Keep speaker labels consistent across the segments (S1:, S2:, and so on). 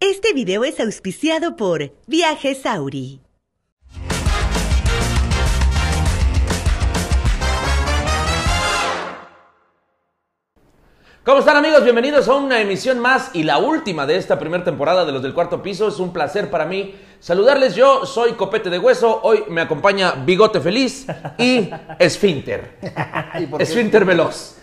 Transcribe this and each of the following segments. S1: Este video es auspiciado por Viajes Auri.
S2: ¿Cómo están amigos? Bienvenidos a una emisión más y la última de esta primera temporada de Los del Cuarto Piso. Es un placer para mí saludarles. Yo soy Copete de Hueso, hoy me acompaña Bigote Feliz y Esfínter.
S3: Ay, ¿por qué?
S2: Esfínter Veloz.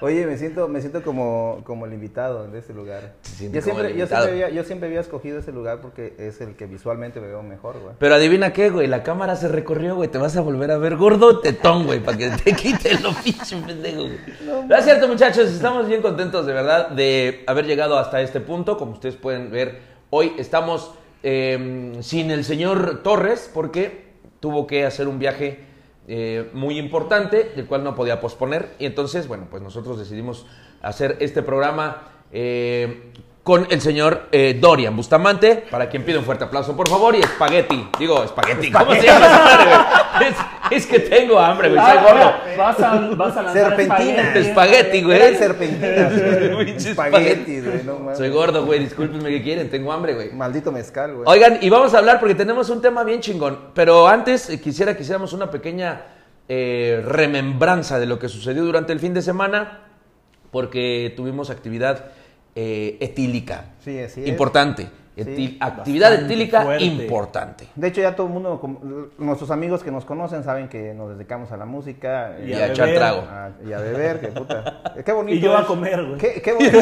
S3: Oye, me siento, me siento como, como el invitado de este lugar.
S2: siente
S3: Yo
S2: como el
S3: siempre, yo,
S2: invitado.
S3: siempre había, yo siempre había escogido ese lugar porque es el que visualmente me veo mejor, güey.
S2: Pero adivina qué, güey, la cámara se recorrió, güey, te vas a volver a ver gordo tetón, güey, para que te quite lo pinche pendejo, güey. No es cierto, muchachos, estamos bien contentos, de verdad, de haber llegado hasta este punto. Como ustedes pueden ver, hoy estamos eh, sin el señor Torres porque tuvo que hacer un viaje eh, muy importante, el cual no podía posponer. Y entonces, bueno, pues nosotros decidimos hacer este programa eh, con el señor eh, Dorian Bustamante, para quien pide un fuerte aplauso, por favor, y espagueti. Digo, espagueti, ¿cómo se llama? esa madre, güey? Es, es que tengo hambre, Ah, güey,
S4: Ah,
S2: soy gordo.
S5: Vas a, vas a lanzar
S3: Serpentina.
S5: espagueti.
S2: Espagueti, güey.
S3: Ah, Eran serpentinas, güey.
S2: Pinches
S3: Espaguetis, güey, no mames.
S2: Soy gordo, güey, discúlpenme que quieren, tengo hambre, güey.
S3: Maldito mezcal, güey.
S2: Oigan, y vamos a hablar porque tenemos un tema bien chingón. Pero antes eh, quisiera que hiciéramos una pequeña eh, remembranza de lo que sucedió durante el fin de semana, porque tuvimos actividad eh, etílica.
S3: Sí, así es.
S2: Importante.
S3: Sí,
S2: Etil- actividad
S4: bastante
S2: etílica
S4: fuerte.
S2: importante.
S3: De hecho, ya todo el mundo, como- nuestros amigos que nos conocen saben que nos dedicamos a la música. eh,
S2: Y,
S4: Y
S2: a
S4: a
S2: echar
S4: beber.
S2: trago.
S3: a- y a beber, que puta. Qué bonito.
S4: Y yo a
S3: es.
S4: comer, güey.
S3: Qué, qué bonito.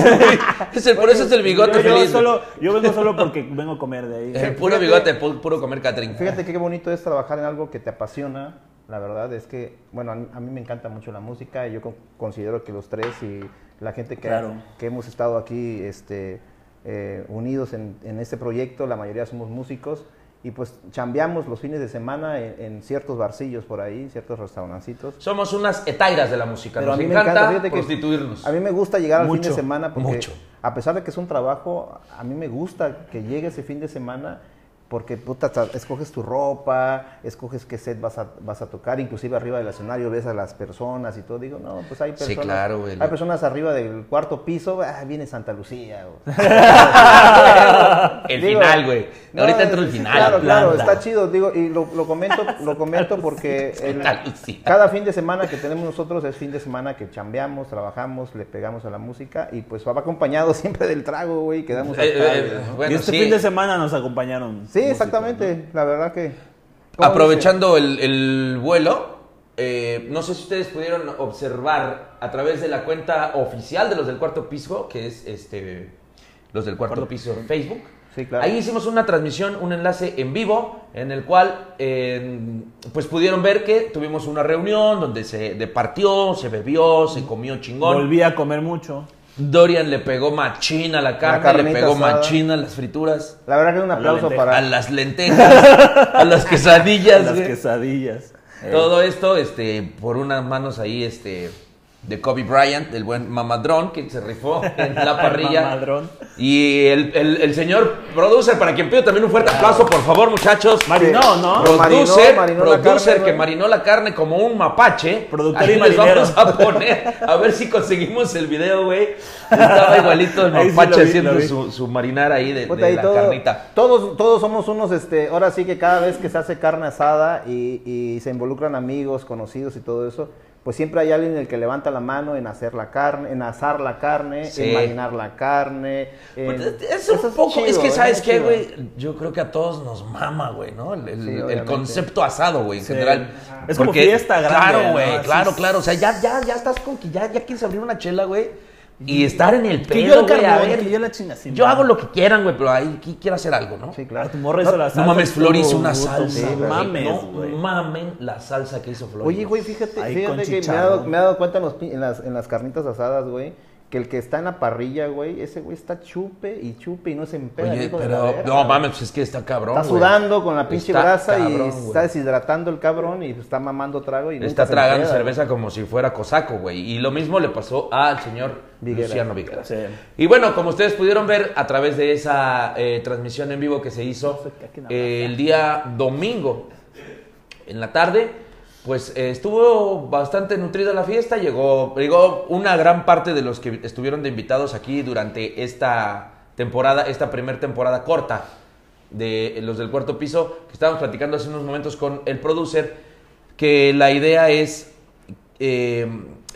S2: Es el- por eso es el bigote
S4: Yo, yo
S2: feliz. güey.
S4: solo, yo vengo solo porque vengo a comer de ahí.
S2: el puro
S3: Fíjate-
S2: bigote, pu- puro comer catering.
S3: Fíjate que qué bonito es trabajar en algo que te apasiona. La verdad es que, bueno, a mí, a mí me encanta mucho la música y yo con- considero que los tres y la gente que,
S4: Claro.
S3: que hemos estado aquí este, eh, unidos en, en este proyecto, la mayoría somos músicos y pues chambeamos los fines de semana en, en ciertos barcillos por ahí, ciertos restaurancitos.
S2: Somos unas etairas de la música. Nos
S3: me
S2: encanta,
S3: fíjate que
S2: prostituirnos.
S3: A mí me gusta llegar al fin
S4: Mucho,
S3: de semana porque
S2: mucho.
S3: a pesar de que es un trabajo, a mí me gusta que llegue ese fin de semana porque puta, ta- escoges tu ropa, escoges qué set vas a, vas a tocar, inclusive arriba del escenario ves a las personas y todo. Digo, no, pues hay
S2: Sí,
S3: personas,
S2: claro, güey.
S3: hay personas arriba del cuarto piso, ah, viene Santa Lucía. o-
S2: el
S3: Digo,
S2: final, güey.
S3: no,
S2: Ahorita entro el
S3: sí,
S2: final.
S3: Claro, claro,
S4: planta.
S3: está chido, digo, y lo, lo comento, lo comento porque el-
S2: Santa Lucía.
S3: cada fin de semana que tenemos nosotros es fin de semana que chambeamos, trabajamos, le pegamos a la música y pues va acompañado siempre del trago, güey, quedamos
S2: Eh,
S3: hasta
S2: eh,
S3: tarde, ¿no?
S2: bueno,
S4: y este
S2: sí.
S4: fin de semana nos acompañaron.
S3: Sí,
S4: músicos,
S3: exactamente, la verdad que ¿cómo
S2: Aprovechando el, el vuelo, eh, no sé si ustedes pudieron observar a través de la cuenta oficial de los del cuarto piso, que es este los del cuarto, piso en Facebook.
S3: Sí, claro.
S2: Ahí hicimos una transmisión, un enlace en vivo, en el cual eh, pues pudieron ver que tuvimos una reunión donde se departió, se bebió, se comió chingón.
S4: Volví a comer mucho.
S2: Dorian le pegó machina a la carne, le
S3: carnita
S2: pegó
S3: asada.
S2: machina a las frituras.
S3: La verdad que un aplauso
S4: lenteja.
S3: para
S2: a las lentejas, a las quesadillas,
S4: Las
S2: güey.
S4: quesadillas.
S2: Todo esto, este, por unas manos ahí, este, de Kobe Bryant, el buen mamadrón que se rifó en la parrilla.
S4: Mamadrón.
S2: Y el, el- el señor producer, para quien pido también un fuerte aplauso, por favor, muchachos.
S4: Marinó, ¿no?
S3: Pero marinó,
S2: Producer,
S3: marinó la
S2: producer
S3: carne,
S2: que
S3: güey.
S2: marinó la carne como un mapache.
S4: Productor
S2: Ahí
S4: y
S2: les
S4: marinero.
S2: vamos a poner, a ver si conseguimos el video, güey. Estaba igualito el
S4: Ahí sí
S2: mapache
S4: lo vi,
S2: haciendo
S4: lo vi.
S2: su, su marinar ahí de,
S3: Puta,
S2: de
S3: y
S2: la
S3: todo-
S2: carnita.
S3: Todos, todos somos unos, este, ahora sí que cada vez que se hace carne asada y, y se involucran amigos, conocidos y todo eso, pues siempre hay alguien el que levanta la mano en hacer la carne, en asar la carne,
S2: Sí.
S3: en marinar la carne. en-
S2: Pues, Es
S3: Em, eso
S2: un poco, es
S3: chido,
S2: que
S3: eso
S2: sabes qué,
S3: chido.
S2: güey, yo creo que a todos nos mama, güey, ¿no? El, el-
S3: Sí,
S2: el
S3: obviamente.
S2: concepto asado, güey, en
S4: Sí.
S2: general.
S4: Es como fiesta grande,
S2: Claro,
S4: ¿no?
S2: güey,
S4: Así
S2: claro,
S4: es.
S2: claro. O sea, ya, ya, ya estás con que ya, ya quieres abrir una chela, güey. Y estar en el
S4: Que yo
S2: pedo,
S4: el
S2: güey, a
S4: carbón,
S2: ver.
S4: que yo la chinga sin
S2: Yo
S4: madre.
S2: hago lo que quieran, güey, pero ahí qui- quiero hacer algo, ¿no?
S3: Sí, claro.
S4: A Ah, tu morra hizo la salsa.
S2: No mames, Flor hizo una
S4: puto,
S2: salsa.
S4: No
S2: güey.
S4: mames,
S2: No
S4: güey.
S2: mamen la salsa que hizo Flor.
S3: Oye, güey, fíjate,
S4: Ahí
S3: fíjate
S4: con
S3: que me he,
S4: chicharrón.
S3: dado, me he dado cuenta en, los pi- en las, en las carnitas asadas, güey, que el que está en la parrilla, güey, ese güey está chupe y chupe y no se empeda.
S2: Oye,
S3: hijo de la
S2: pero.
S3: verga,
S2: No
S3: güey.
S2: mames, pues es que está cabrón.
S3: Está
S2: güey.
S3: sudando con la pinche
S2: Está
S3: brasa
S2: cabrón,
S3: y está
S2: güey.
S3: deshidratando el cabrón y está mamando trago y
S2: Le
S3: nunca
S2: está
S3: se
S2: tragando
S3: empeda.
S2: cerveza como si fuera cosaco, güey. Y lo mismo le pasó al señor
S3: Viguera.
S2: Luciano Viguera.
S4: Sí.
S2: Y bueno, como ustedes pudieron ver a través de esa eh, transmisión en vivo que se hizo eh, el día domingo en la tarde, pues eh, estuvo bastante nutrida la fiesta. Llegó, llegó una gran parte de los que estuvieron de invitados aquí durante esta temporada, esta primer temporada corta de los del cuarto piso, que estábamos platicando hace unos momentos con el producer, que la idea es eh,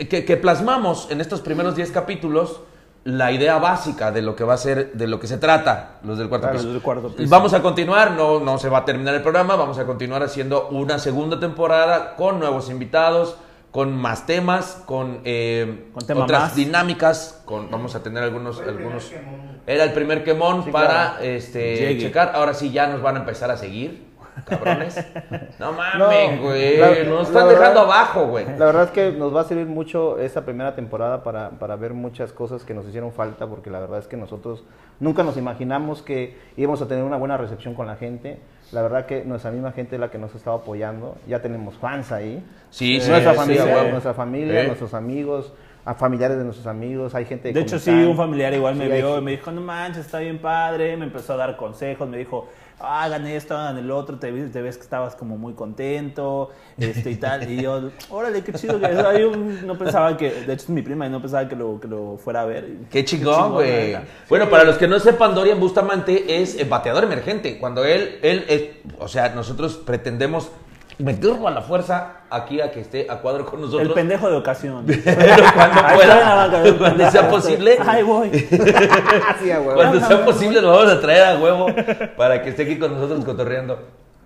S2: que, que plasmamos en estos primeros 10 capítulos la idea básica de lo que va a ser, de lo que se trata los del cuarto
S4: Claro,
S2: piso.
S4: los del cuarto piso.
S2: Vamos a continuar, no, no se va a terminar el programa, vamos a continuar haciendo una segunda temporada con nuevos invitados, con más temas, con, eh,
S4: Con tema
S2: otras
S4: más.
S2: dinámicas, con, vamos a tener algunos... algunos era el primer quemón
S3: Sí,
S2: para
S3: claro.
S2: este,
S4: Llegue.
S2: checar. Ahora sí ya nos van a empezar a seguir, cabrones. no mames,
S3: No,
S2: güey,
S3: la-
S2: nos
S3: la
S2: están
S3: verdad-
S2: dejando abajo, güey.
S3: La verdad es que nos va a servir mucho esta primera temporada para, para ver muchas cosas que nos hicieron falta, porque la verdad es que nosotros nunca nos imaginamos que íbamos a tener una buena recepción con la gente. La verdad que nuestra misma gente es la que nos ha estado apoyando. Ya tenemos fans ahí.
S2: Sí, sí,
S3: nuestra
S2: sí,
S3: familia,
S2: sí, güey.
S3: nuestra familia,
S2: Sí.
S3: nuestros amigos, a familiares de nuestros amigos, hay gente
S4: De hecho, sí,
S3: Comitán.
S4: un familiar igual me
S3: este, Sí, hay-
S4: vio y me dijo, no manches, está bien padre, me empezó a dar consejos, me dijo, hagan esto, hagan el otro, te, vi- te ves que estabas como muy contento, este y tal, y yo, órale, qué chido que es". Ay, Yo no pensaba que, de hecho es mi prima y no pensaba que lo, que lo fuera a ver.
S2: Qué chingón, güey. Bueno, para los que no sepan, Dorian Bustamante es eh, bateador emergente. Cuando él, él, es- o sea, nosotros pretendemos meterlo a la fuerza aquí a que esté a cuadro con nosotros.
S4: El pendejo de ocasión.
S2: Pero cuando
S4: Ahí estoy en la
S2: pueda,
S4: banca, veo un
S2: cuando
S4: pendejo,
S2: sea
S4: estoy-
S2: posible,
S4: Ahí voy.
S3: Ah, sí, a huevo.
S2: cuando sea posible lo vamos a traer a huevo para que esté aquí con nosotros cotorreando.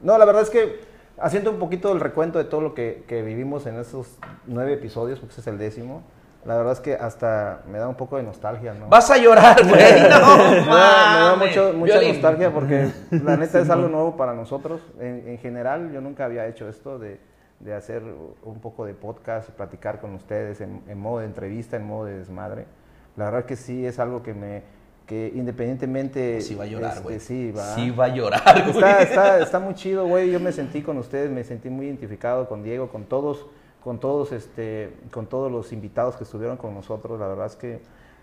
S3: No, la verdad es que haciendo un poquito el recuento de todo lo que, que vivimos en esos nueve episodios, porque ese es el décimo, la verdad es que hasta me da un poco de nostalgia, ¿no?
S2: Vas a llorar, güey. No,
S3: me da, me da
S2: mames.
S3: mucho- mucha
S2: Violín.
S3: nostalgia porque la neta es algo nuevo para nosotros. En, en general, yo nunca había hecho esto de, de hacer un poco de podcast, platicar con ustedes en, en modo de entrevista, en modo de desmadre. La verdad que sí es algo que me que independientemente
S2: Sí va a llorar,
S3: este,
S2: güey.
S3: sí va
S2: Sí va a llorar, güey.
S3: Está, está, está muy chido, güey. Yo me sentí con ustedes, me sentí muy identificado con Diego, con todos, con todos, este, con todos los invitados que estuvieron con nosotros. La verdad es que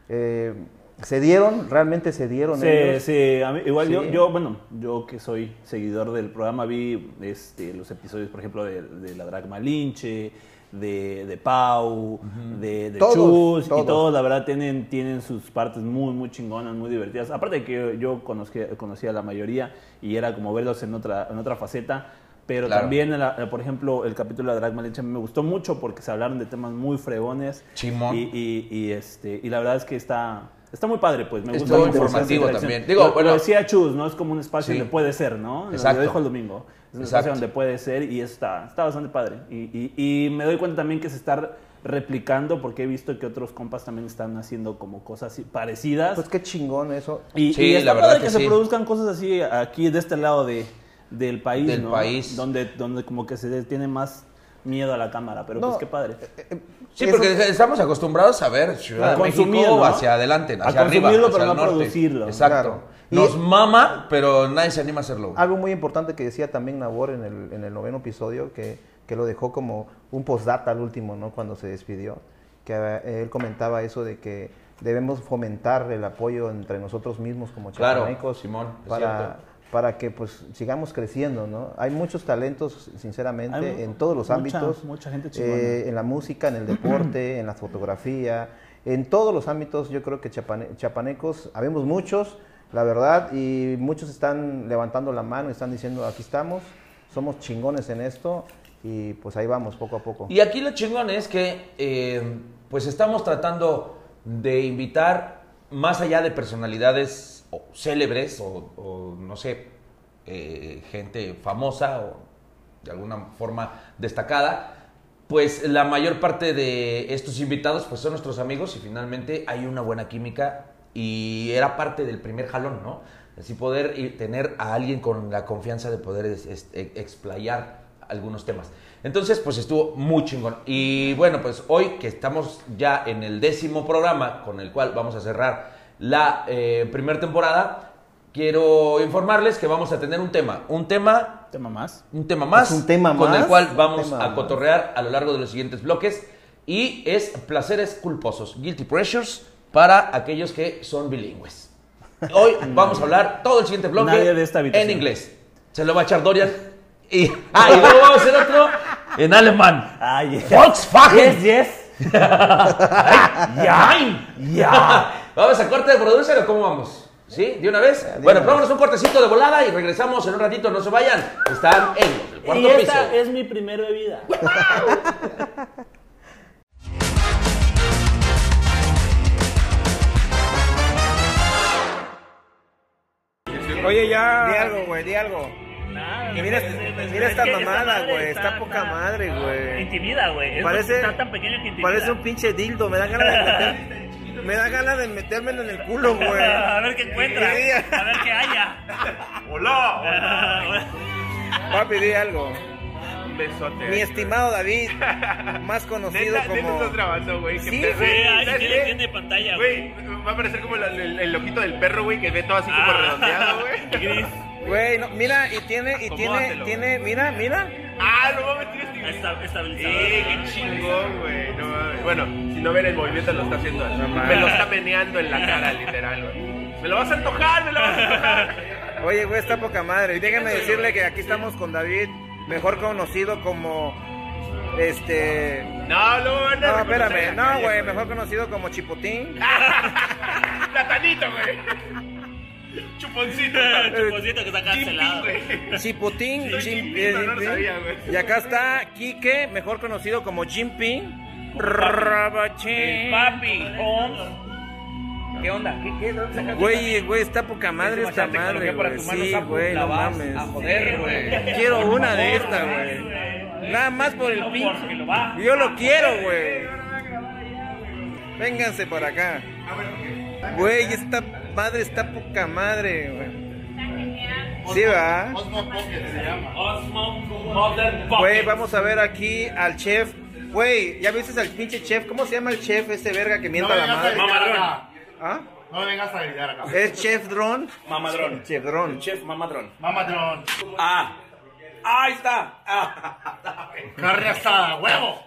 S3: eh, se dieron, realmente se dieron.
S4: Sí,
S3: ellos.
S4: sí, a mí- igual
S3: Sí.
S4: Yo, yo, bueno, yo que soy seguidor del programa vi este, los episodios, por ejemplo, de, de La Drag Malinche, de, de Pau, de, de
S3: Todos,
S4: Chus,
S3: todos.
S4: y todos, la verdad, tienen, tienen sus partes muy, muy chingonas, muy divertidas. Aparte de que yo conocía, conocía a la mayoría y era como verlos en otra, en otra faceta. Pero
S2: Claro.
S4: también, en la- eh, por ejemplo, el capítulo de la Drag Malinche a mí me gustó mucho porque se hablaron de temas muy fregones.
S2: Chimón.
S4: Y, y- y, este, y la verdad es que está, está muy padre, pues. Me
S2: Es
S4: gusta
S2: muy
S4: mucho esa
S2: informativo
S4: interacción.
S2: también. Digo,
S4: Lo-
S2: bueno-
S4: lo decía Chus, ¿no? Es como un espacio
S2: Sí.
S4: donde puede ser, ¿no?
S2: Exacto.
S4: Lo dijo el domingo. Es un
S2: Exacto.
S4: espacio donde puede ser y eso está, está bastante padre. Y, y- y me doy cuenta también que se está replicando porque he visto que otros compas también están haciendo como cosas así- parecidas.
S3: Pues qué chingón eso.
S4: y,
S2: Sí,
S4: y está
S2: la verdad
S4: padre
S2: que
S4: que, se
S2: sí.
S4: produzcan cosas así aquí de este lado de, del país,
S2: Del
S4: ¿no?
S2: país.
S4: Donde, donde como que se le tiene más miedo a la cámara, pero
S3: No.
S4: pues qué padre.
S2: Sí,
S3: Eso-
S2: porque estamos acostumbrados a ver Ciudad de
S4: A
S2: México
S4: consumirlo, ¿no?
S2: hacia adelante,
S4: A
S2: hacia arriba,
S4: consumirlo,
S2: hacia
S4: pero
S2: el
S4: no a
S2: norte.
S4: producirlo.
S2: Exacto.
S3: Claro. Y-
S2: Nos mama, pero nadie se anima a hacerlo. güey.
S3: Algo muy importante que decía también Nabor en el, en el noveno episodio, que, que lo dejó como un postdata al último, ¿no? Cuando se despidió, que eh, él comentaba eso de que debemos fomentar el apoyo entre nosotros mismos como
S2: Claro,
S3: chapanecos
S2: Simón, es
S3: para,
S2: cierto.
S3: para que pues sigamos creciendo, ¿no? Hay muchos talentos, sinceramente,
S4: Hay mu-
S3: en todos los
S4: mucha-
S3: ámbitos.
S4: mucha gente chingona.
S3: eh, en la música, en el deporte, en la fotografía, en todos los ámbitos. Yo creo que chapane- chapanecos, habemos muchos, la verdad, y muchos están levantando la mano y están diciendo, aquí estamos, somos chingones en esto, y pues ahí vamos poco a poco.
S2: Y aquí lo chingón es que, eh, pues estamos tratando de invitar más allá de personalidades o célebres o, o, no sé, eh, gente famosa o de alguna forma destacada, pues la mayor parte de estos invitados pues son nuestros amigos y finalmente hay una buena química y era parte del primer jalón, ¿no? Así poder ir- tener a alguien con la confianza de poder es- es- e- explayar algunos temas. Entonces, pues estuvo muy chingón. Y bueno, pues hoy que estamos ya en el décimo programa con el cual vamos a cerrar la primera temporada, quiero informarles que vamos a tener un tema, un tema
S4: ¿Tema más?
S2: un tema más.
S3: Es un tema
S2: Con el
S3: más,
S2: cual
S3: un
S2: vamos
S3: tema
S2: a
S3: más.
S2: cotorrear a lo largo de los siguientes bloques. Y es placeres culposos, guilty pressures, para aquellos que son bilingües. Hoy vamos a hablar todo el siguiente bloque
S4: Nadie de esta habitación.
S2: en inglés. Se lo va a echar Dorian. Y, ah, y luego vamos a hacer otro en alemán.
S4: Ay,
S2: Volkswagen.
S4: Yes, yes.
S2: Ay, Vamos a corte de producer o cómo vamos? ¿Sí? ¿De una vez? bueno,
S3: de
S2: pues
S3: una
S2: vámonos un cortecito de volada y regresamos en un ratito, no se vayan. Están en el
S4: Y
S2: cuarto
S4: esta
S2: piso.
S4: es mi primer bebida.
S6: Oye, ya. Di algo, güey, di algo.
S7: Nada,
S6: Y mira,
S7: güey, pues,
S6: mira
S7: pues,
S6: esta
S7: es que
S6: mamada,
S7: madre
S6: güey, está poca madre, güey.
S7: Intimida, güey. Es-
S6: Parece-
S7: Está tan pequeño que intimida.
S6: Parece un pinche dildo, me da ganas de meter- Me da ganas de metérmelo en el culo, güey.
S7: A ver qué encuentra.
S6: Sí.
S7: A ver qué haya. Hola.
S6: Papi, di algo.
S8: Un besote.
S6: Mi estimado David, más conocido
S8: Neta, neta estás
S6: como.
S8: grabando, güey.
S6: Sí,
S8: que
S7: Sí, ahí
S8: ¿sabes
S7: tiene, tiene pantalla,
S8: qué?
S7: güey.
S8: Güey, va a parecer como el, el- el ojito del perro, güey, que ve todo así como
S7: Ah.
S8: redondeado, güey.
S7: Gris.
S6: Güey, no, mira, y tiene, y tiene,
S8: Acomódatelo,
S6: tiene, mira, mira.
S8: Ah, no mames, tienes que.
S7: Esta- Estabilizador.
S8: Eh, qué chingón, güey. No mames. Bueno, si no ven el movimiento, lo está haciendo. así. me lo está meneando en la cara, literal, güey. Me lo vas a antojar, me lo vas a antojar.
S6: Oye, güey, está poca madre. Y déjenme decirle que aquí estamos con David, mejor conocido como. Este.
S8: No, lo van a
S6: No,
S8: reconocer
S6: espérame,
S8: en la
S6: no,
S8: calle,
S6: güey, mejor conocido como Chipotín.
S8: Platanito, güey. Chuponcito.
S7: Chuponcito que está cancelado.
S8: Chimpín, güey.
S6: Chipotín,
S8: Soy
S6: Jim-
S8: Jim Pin, no, no lo
S6: Jim Pin.
S8: sabía, güey.
S6: Y acá está Quique, mejor conocido como Jim Pin. Rabachín.
S7: Papi.
S6: ¿Qué onda? ¿Qué, Güey, güey, está poca madre esta madre, güey. Sí, güey, no mames. Quiero una de esta, güey. Nada más por el pin.
S7: Porque lo va.
S6: Yo lo quiero, güey. Vénganse para acá. Güey, esta madre está poca madre, güey. Sí, va.
S7: Osmo Modern Pocket.
S6: Güey, vamos a ver aquí al chef. Güey, ¿ya viste al pinche chef? ¿Cómo se llama el chef ese verga que mienta la madre?
S7: Mamadrón.
S6: ¿Ah?
S8: No me vengas a gritar acá.
S6: ¿Es chef dron?
S9: Mamadrón.
S6: Chef dron.
S9: Chef mamadrón.
S8: Mamadrón.
S9: Ah. Ahí está. Ah.
S8: Carne asada, huevo.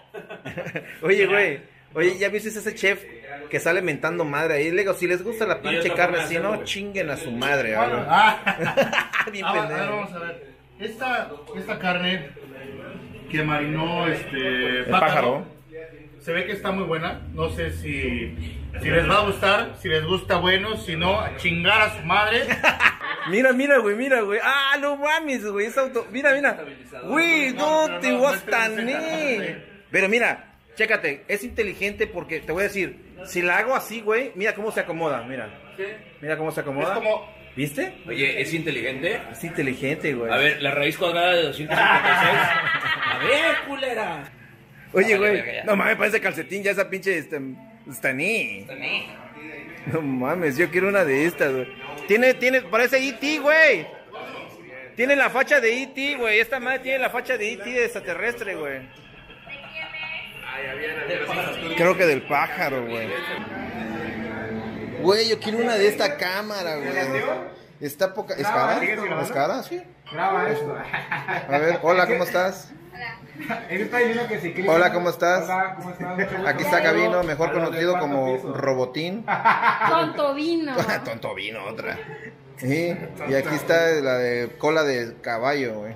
S6: Oye, güey. Oye, ¿ya viste ese chef que sale mentando madre ahí? Le digo, si les gusta la
S9: No, yo
S6: pinche
S9: tampoco
S6: carne,
S9: me
S6: si
S9: acerco,
S6: no,
S9: güey.
S6: chinguen a su madre. güey. Bien
S8: Ah. a, ver,
S6: pendejo.
S8: vamos a ver. Esta, esta carne que marinó este
S6: El pájaro.
S8: se ve que está muy buena. No sé si, si les va a gustar, si les gusta bueno, si no, a chingar a su madre.
S6: Mira, mira, güey, mira, güey. Ah, no mames, güey. Es auto. Mira, mira. Güey,
S8: No,
S6: no,
S8: pero
S6: te
S8: no,
S6: vas
S8: no te
S6: tan
S8: dice nada,
S6: ni. Pero mira, chécate, es inteligente porque te voy a decir, si la hago así, güey, mira cómo se acomoda, mira. Mira cómo se
S8: Es
S6: acomoda.
S8: como-
S6: ¿Viste?
S9: Oye, ¿es inteligente?
S6: Es inteligente, güey.
S9: A ver, la raíz cuadrada de 256. A ver, culera. Vale,
S6: Oye, güey.
S9: verga, ya.
S6: No mames, parece calcetín ya esa pinche este, Staní. No mames, yo quiero una de estas, güey. Tiene, tiene, parece E.T., güey. Tiene la facha de E.T., güey. Esta madre tiene la facha de E.T. de extraterrestre, güey. Creo que del pájaro, güey. Güey, yo quiero una de esta cámara, güey. Está poca. ¿Es cara? ¿Es cara? Sí.
S10: Graba esto.
S6: A ver, hola, ¿cómo estás?
S10: Él está diciendo que si Cristo-
S6: Hola, ¿cómo estás?
S10: Hola, ¿cómo estás? Mucho gusto.
S6: Aquí está Gabino, mejor
S10: A los del
S6: conocido
S10: cuarto
S6: como
S10: piso.
S6: Robotín.
S11: Tonto vino.
S6: Ah, Tonto vino, otra. Sí, y aquí está la de cola de caballo, güey.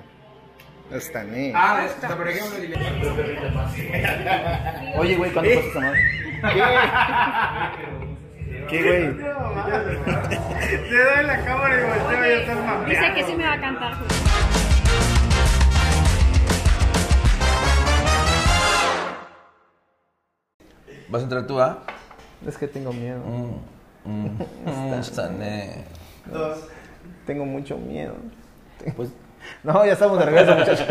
S6: Está ni.
S10: Ah, está, por ejemplo, dile-
S3: Oye, güey, ¿cuánto cuesta esa madre?
S6: ¿Qué, güey?
S11: Dice que sí me va a cantar.
S2: ¿Vas a entrar tú, ah?
S3: Es que tengo miedo.
S2: Mm, Stané.
S3: Tengo mucho miedo. Pues, no, ya estamos de regreso, muchachos.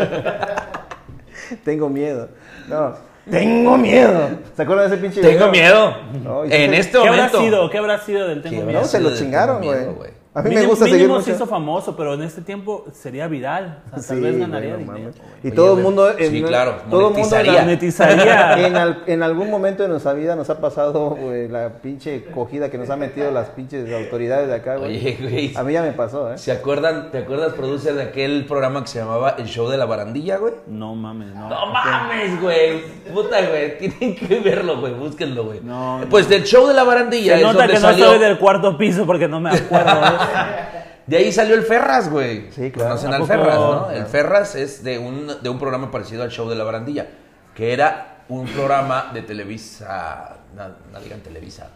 S3: tengo miedo. No, tengo miedo. ¿Se acuerdan de ese pinche video?
S2: Tengo miedo.
S3: No, y sí
S2: en
S3: te-
S2: este
S4: ¿Qué habrá
S2: momento.
S4: sido? ¿Qué habrá sido del tengo
S2: ¿Qué
S4: miedo?
S3: No, se lo
S2: Tengo
S3: chingaron,
S2: miedo,
S3: güey.
S2: güey.
S3: A mí me
S4: Mínimo-
S3: gusta seguir
S4: mínimo
S3: mucho.
S4: se hizo famoso, pero en este tiempo sería viral. O sea,
S3: Sí,
S4: tal vez
S3: güey,
S4: ganaría
S3: no
S4: dinero.
S3: mames.
S4: güey.
S3: Y
S2: Oye,
S3: todo
S2: güey,
S3: el mundo.
S2: sí, claro,
S3: Todo el mundo. en la-
S2: monetizaría.
S4: Monetizaría.
S3: En, al- en algún momento de nuestra vida nos ha pasado, güey, la pinche cogida que nos han metido las pinches autoridades de acá, güey.
S2: Oye, güey.
S3: A mí ya me pasó, ¿eh?
S2: ¿Se acuerdan, ¿Te acuerdas, producer, de aquel programa que se llamaba El Show de la Barandilla, güey?
S4: No mames, no.
S2: No mames, güey. Puta, güey. Tienen que verlo, güey. Búsquenlo, güey.
S4: No, no.
S2: Pues del show de la barandilla
S4: Se
S2: es
S4: nota
S2: donde
S4: que no
S2: salió.
S4: soy del cuarto piso porque no me acuerdo. ¿eh?
S2: De ahí salió el Ferras, güey.
S3: Sí, claro.
S2: Conocen
S4: ¿A
S2: al
S4: poco?
S2: Ferras, ¿no? El
S3: Claro.
S2: Ferras es de un, de un programa parecido al show de la barandilla, que era un programa de Televisa. na- No, digan Televisa.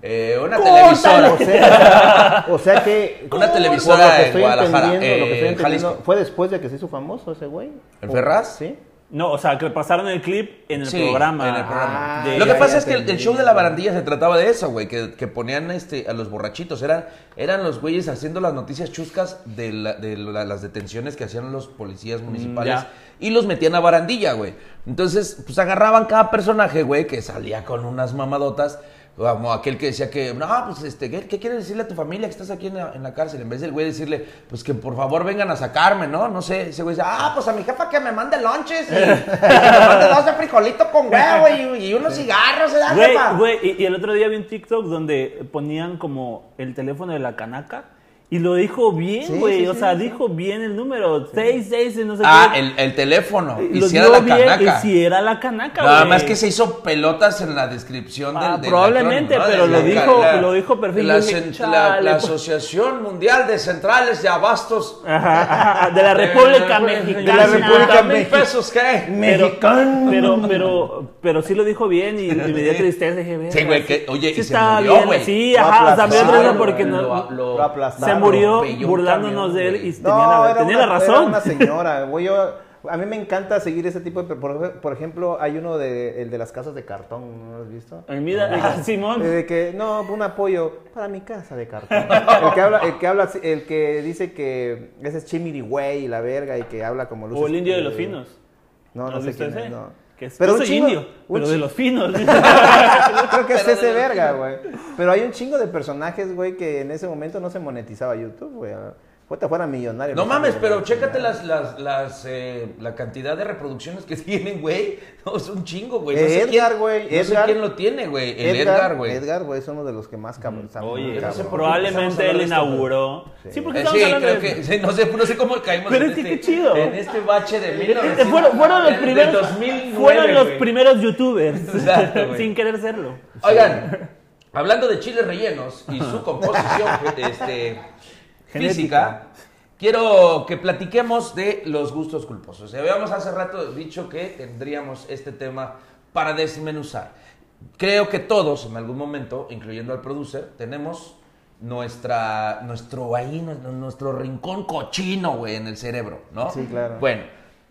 S2: eh, una
S3: ¡Córtalo!
S2: televisora.
S3: O sea que.
S2: Una
S3: por
S2: televisora
S3: lo que
S2: en
S3: estoy
S2: Guadalajara,
S3: entendiendo, lo que
S2: eh,
S3: estoy
S2: en Jalisco.
S3: entendiendo, Fue después de que se hizo famoso ese güey.
S2: ¿El
S3: ¿O-
S2: Ferraz?
S3: Sí.
S4: No, o sea, que pasaron el clip en el
S2: Sí,
S4: programa.
S2: en el programa.
S4: Ah, de-
S2: Lo que
S4: ya,
S2: pasa
S4: ya
S2: es que el, el
S4: entendí.
S2: show de la barandilla se trataba de eso, güey, que, que ponían este, a los borrachitos. Eran, eran los güeyes haciendo las noticias chuscas de, la- de la- las detenciones que hacían los policías municipales
S4: Mm, ya.
S2: y los metían a barandilla, güey. Entonces, pues agarraban cada personaje, güey, que salía con unas mamadotas. Como aquel que decía que, no, pues, este, ¿qué, qué quieres decirle a tu familia que estás aquí en la, en la cárcel? En vez del güey decirle, pues, que por favor vengan a sacarme, ¿no? No sé, ese güey dice, ah, pues a mi jefa que me mande lonches y, y que me mande dos de frijolito con huevo y, y unos cigarros, ¿eh,
S4: Güey,
S2: jefa?"
S4: güey, y, y el otro día vi un TikTok donde ponían como el teléfono de la canaca y lo dijo bien,
S3: Sí,
S4: güey.
S3: sí,
S4: o
S3: sí,
S4: sea,
S3: sí.
S4: dijo bien el número. 66 y no sé
S2: Ah,
S4: qué.
S2: el, el teléfono,
S4: Y lo
S2: hiciera
S4: dio
S2: la
S4: bien, eh,
S2: canaca.
S4: Y si era la canaca,
S2: Nada
S4: güey.
S2: más que se hizo pelotas en la descripción del,
S4: Ah,
S2: del
S4: probablemente,
S2: acrónimo,
S4: pero
S2: De
S4: lo dijo- lo dijo perfil,
S2: La,
S4: yo dije,
S2: cent-
S4: chale,
S2: la- la
S4: pues.
S2: Asociación Mundial de Centrales de Abastos
S4: Ajá, ajá, de la República
S2: Eh,
S4: Mexicana.
S2: De la República
S4: Mexicana.
S2: Mexicana. pesos qué?
S4: Pero, pero, pero, pero sí lo dijo bien y, y me dio tristeza. Dije, "Verga,
S2: Sí, güey, que- oye, y
S4: sí
S2: se
S4: estaba
S2: murió,
S4: bien".
S2: güey.
S4: Sí,
S3: Lo
S4: ajá, o sea, me dio
S3: aplastaron,
S4: tristeza porque no,
S2: lo- lo-
S3: lo aplastaron.
S4: se murió
S2: atropelló un
S4: burlándonos
S2: camión,
S4: de él
S2: güey.
S4: y tenía, la,
S3: era
S4: tenía
S3: una-
S4: la
S3: Era
S4: razón.
S3: una señora, güey. Yo, a mí me encanta seguir ese tipo de. Por, por ejemplo, hay uno de, el de las casas de cartón, ¿no lo has visto?
S4: Ay, mira, ah, Simón.
S3: Eh, de que, no, un apoyo para mi casa de cartón. El que habla, el que, habla así- el que dice que ese es Chimirigüey y la verga y que habla como luces.
S4: O el indio de
S3: eh,
S4: los finos.
S3: No, no
S4: ¿Has
S3: sé
S4: visto
S3: quién
S4: ese?
S3: es, no.
S4: ¿eh? Que es-
S3: Pero
S4: yo
S3: un
S4: soy
S3: chingo-
S4: indio,
S3: un
S4: pero de
S3: chi-
S4: los finos.
S3: Yo creo que es ese verga, güey. Pero hay un chingo de personajes, güey, que en ese momento no se monetizaba YouTube, güey. Puta, fuera millonario.
S2: No
S3: pues,
S2: mames,
S3: güey,
S2: pero
S3: la
S2: chécate
S3: chingada.
S2: las, las, las, eh, la cantidad de reproducciones que tienen, güey. No, es un chingo, güey. No
S3: El
S2: sé
S3: Edgar,
S2: quién-
S3: güey,
S2: No sé
S3: Edgar.
S2: quién lo tiene, güey. El Edgar, güey.
S3: Edgar, güey, es uno de los que más cabrón. está muy
S4: Oye,
S2: yo no sé por qué
S3: cabrón.
S2: empezamos a
S4: probablemente
S2: hablar
S4: él
S2: de esto,
S4: inauguró.
S3: pero-
S4: Sí, porque
S2: Eh,
S4: estamos
S2: sí,
S4: hablando
S2: creo
S4: de...
S2: que. sí, no, sé, no sé cómo caímos
S4: Pero
S2: en,
S4: es que
S2: este,
S4: qué chido.
S2: en este bache de
S4: Eh, eh,
S2: 1900.
S4: Fueron, fueron
S2: de-
S4: los
S2: de
S4: primeros,
S2: 2009,
S4: fueron los
S2: güey.
S4: primeros youtubers
S2: Exacto, güey.
S4: sin querer serlo.
S2: Oigan, hablando de chiles rellenos y su composición este, física, quiero que platiquemos de los gustos culposos. Habíamos hace rato dicho que tendríamos este tema para desmenuzar. Creo que todos en algún momento, incluyendo al producer, tenemos nuestra nuestro ahí nuestro, nuestro rincón cochino, güey, en el cerebro, ¿no?
S3: Sí, claro.
S2: Bueno,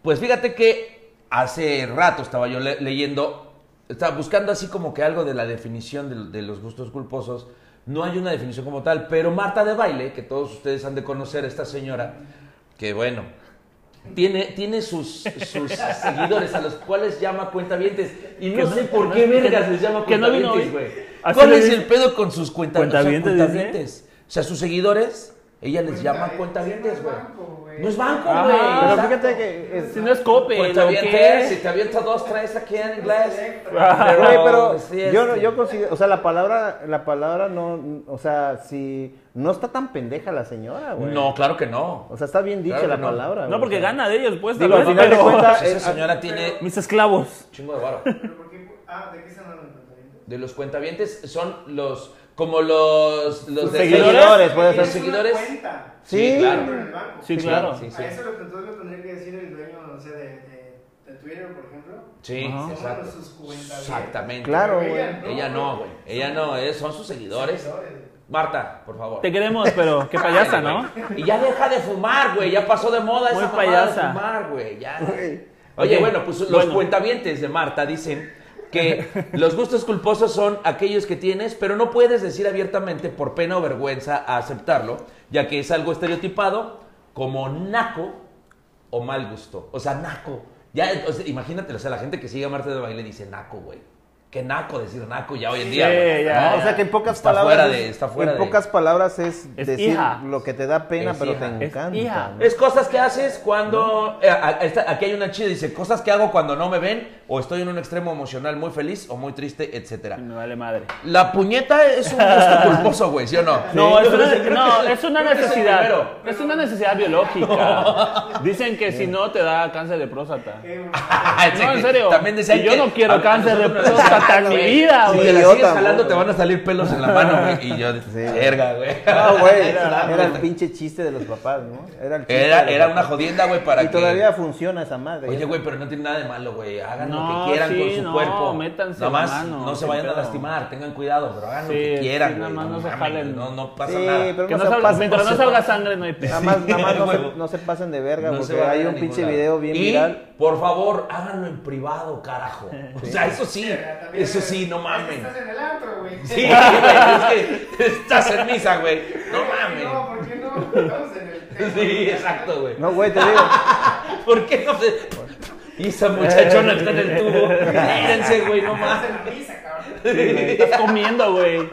S2: pues fíjate que hace rato estaba yo le- leyendo, estaba buscando así como que algo de la definición de, de los gustos culposos. No hay una definición como tal, pero Marta de Baile, que todos ustedes han de conocer, esta señora, que bueno, tiene, tiene sus, sus seguidores a los cuales llama cuentavientes. Y no,
S4: Que no-
S2: sé por
S4: que
S2: qué
S4: no-
S2: vergas
S4: que-
S2: les llama
S4: que no vino
S2: cuentavientes,
S4: hoy.
S2: güey.
S4: Así
S2: ¿Cuál
S4: le
S2: es
S4: dice.
S2: el pedo con sus cuenta- o sea,
S4: Cuentavientes, dice.
S2: cuentavientes? O sea, sus seguidores, ella
S12: Pues
S2: les llama cuentavientes, güey. No es banco,
S4: Ajá.
S2: güey.
S3: Pero
S2: exacto.
S3: fíjate que. es-
S4: Si no es cope,
S2: Cuentavientes, si te avienta dos, tres aquí
S12: Pues
S2: en inglés.
S3: Güey, pero
S2: sí, este,
S3: yo, no- yo considero, o sea, la palabra, la palabra no, o sea, si no está tan pendeja la señora, güey.
S2: No, claro que no.
S3: O sea, está bien dicha
S2: Claro que
S3: la
S2: no.
S3: palabra.
S4: No,
S3: güey,
S4: porque
S3: o sea.
S4: gana de ellos, pues.
S3: Digo, al
S4: también,
S3: final de
S4: pero-
S3: cuentas,
S2: Esa
S3: eh,
S2: señora tiene un
S4: Mis esclavos.
S2: chingo de varo.
S12: Pero ¿por qué? Ah, ¿de qué están hablando?
S2: De los cuentavientes son los... Como los... Los
S3: Sus
S2: de
S3: seguidores, puede
S2: Los
S3: ser.
S2: seguidores...
S12: Es una cuenta. Ah,
S2: Sí,
S3: Sí.
S12: Por
S2: claro.
S12: el banco.
S4: Sí, claro.
S2: Sí, sí.
S12: A eso lo que entonces lo tendría que decir el dueño, no sé, de, de, de Twitter, por ejemplo.
S2: Sí,
S12: Son
S2: exacto.
S12: sus cuentas.
S2: Exactamente.
S3: Claro,
S12: Pero
S3: güey.
S12: ella no.
S2: Ella no, güey. Ella no, eh, son sus seguidores. Marta, por favor.
S4: Te queremos, pero qué payasa, ¿no?
S2: Y ya deja de fumar, güey. Ya pasó de moda
S4: Muy
S2: esa mamada de
S4: payasa.
S2: fumar, güey. Ya. Oye,
S4: Oye,
S2: bueno, pues los
S4: bueno.
S2: cuentavientes de Marta dicen que los gustos culposos son aquellos que tienes, pero no puedes decir abiertamente por pena o vergüenza a aceptarlo, ya que es algo estereotipado como naco o mal gusto. O sea, naco. Ya, o sea, imagínate, o sea, la gente que sigue a Marta de baile dice naco, güey. Qué naco decir naco ya hoy en día. güey.
S4: ya,
S2: ¿No?
S3: O sea que en pocas
S2: Está
S3: palabras.
S2: fuera
S3: es-
S2: de- está fuera
S3: en
S2: de-
S3: pocas palabras es,
S4: Es
S3: decir
S4: hija.
S3: lo que te da pena,
S2: Es
S3: pero
S2: hija.
S3: te
S4: Es hija.
S3: encanta. ¿no?
S2: Es cosas que haces cuando. eh, a- a- esta- aquí hay una chida, dice: cosas que hago cuando no me ven, o estoy en un extremo emocional muy feliz o muy triste, etcétera.
S4: Me vale madre.
S2: La puñeta es un gusto culposo, güey, ¿sí o no?
S4: No, es
S2: Yo
S4: una,
S2: creo que-
S4: no,
S2: creo que-
S4: es una
S2: creo que es el
S4: necesidad.
S2: primero.
S4: Es una necesidad biológica. Dicen que si no te da cáncer de próstata.
S2: Ah,
S4: No, en serio.
S2: También decían
S4: Y yo
S2: que-
S4: no quiero
S2: a- a
S4: cáncer de
S2: nosotros nos
S4: impactar mi
S2: güey.
S4: vida,
S2: Si
S4: güey.
S2: te la
S3: Yo
S2: sigues
S3: tampoco.
S2: jalando, te van a salir pelos en la mano, güey. Y yo,
S3: güey.
S2: verga, güey.
S3: No, Ah, güey,
S2: Era-
S3: era, era el pinche chiste de los papás, ¿no? Era, el chiste de
S2: Era,
S3: los
S2: era una
S3: papás.
S2: jodienda, güey, para
S3: Y
S2: que.
S3: todavía funciona esa madre.
S2: Oye,
S3: Ya
S2: güey, pero no tiene nada de malo, güey. Hagan lo
S4: No,
S2: que quieran
S4: sí,
S2: con su
S4: no,
S2: cuerpo.
S4: métanse
S2: Nada más,
S4: la mano,
S2: no se
S4: qué
S2: vayan a
S4: pedo.
S2: lastimar, tengan cuidado, pero hagan lo
S4: Sí,
S2: que
S4: sí,
S2: quieran,
S4: nada
S2: güey.
S4: más
S2: no,
S4: no se
S2: mames,
S4: jalen.
S2: No, no pasa
S3: Sí,
S2: nada.
S3: pero
S4: Que no
S3: se
S4: salga-
S3: pasen-
S4: mientras no
S3: se-
S4: salga sangre, no hay pedo.
S3: Nada más, nada más no,
S2: Huevo.
S3: se, no se pasen de verga,
S2: No se
S3: porque
S2: vayan a
S3: hay un
S2: ningún
S3: pinche
S2: lado.
S3: video bien
S2: y,
S3: viral.
S2: Por favor, háganlo en privado, carajo. O sea, eso sí, eso sí, no mamen.
S12: Estás en el antro, güey.
S2: Sí, güey, es que estás en misa, güey. No
S12: No,
S2: mames.
S12: ¿por qué no? Estamos en el tema.
S2: Sí, exacto, güey.
S3: No, güey, te digo.
S2: ¿Por qué no se.? Y esa muchachona está en el tubo. Mírense, güey, no
S12: Estamos
S2: mames.
S12: en la misa, cabrón.
S4: Estás comiendo, güey.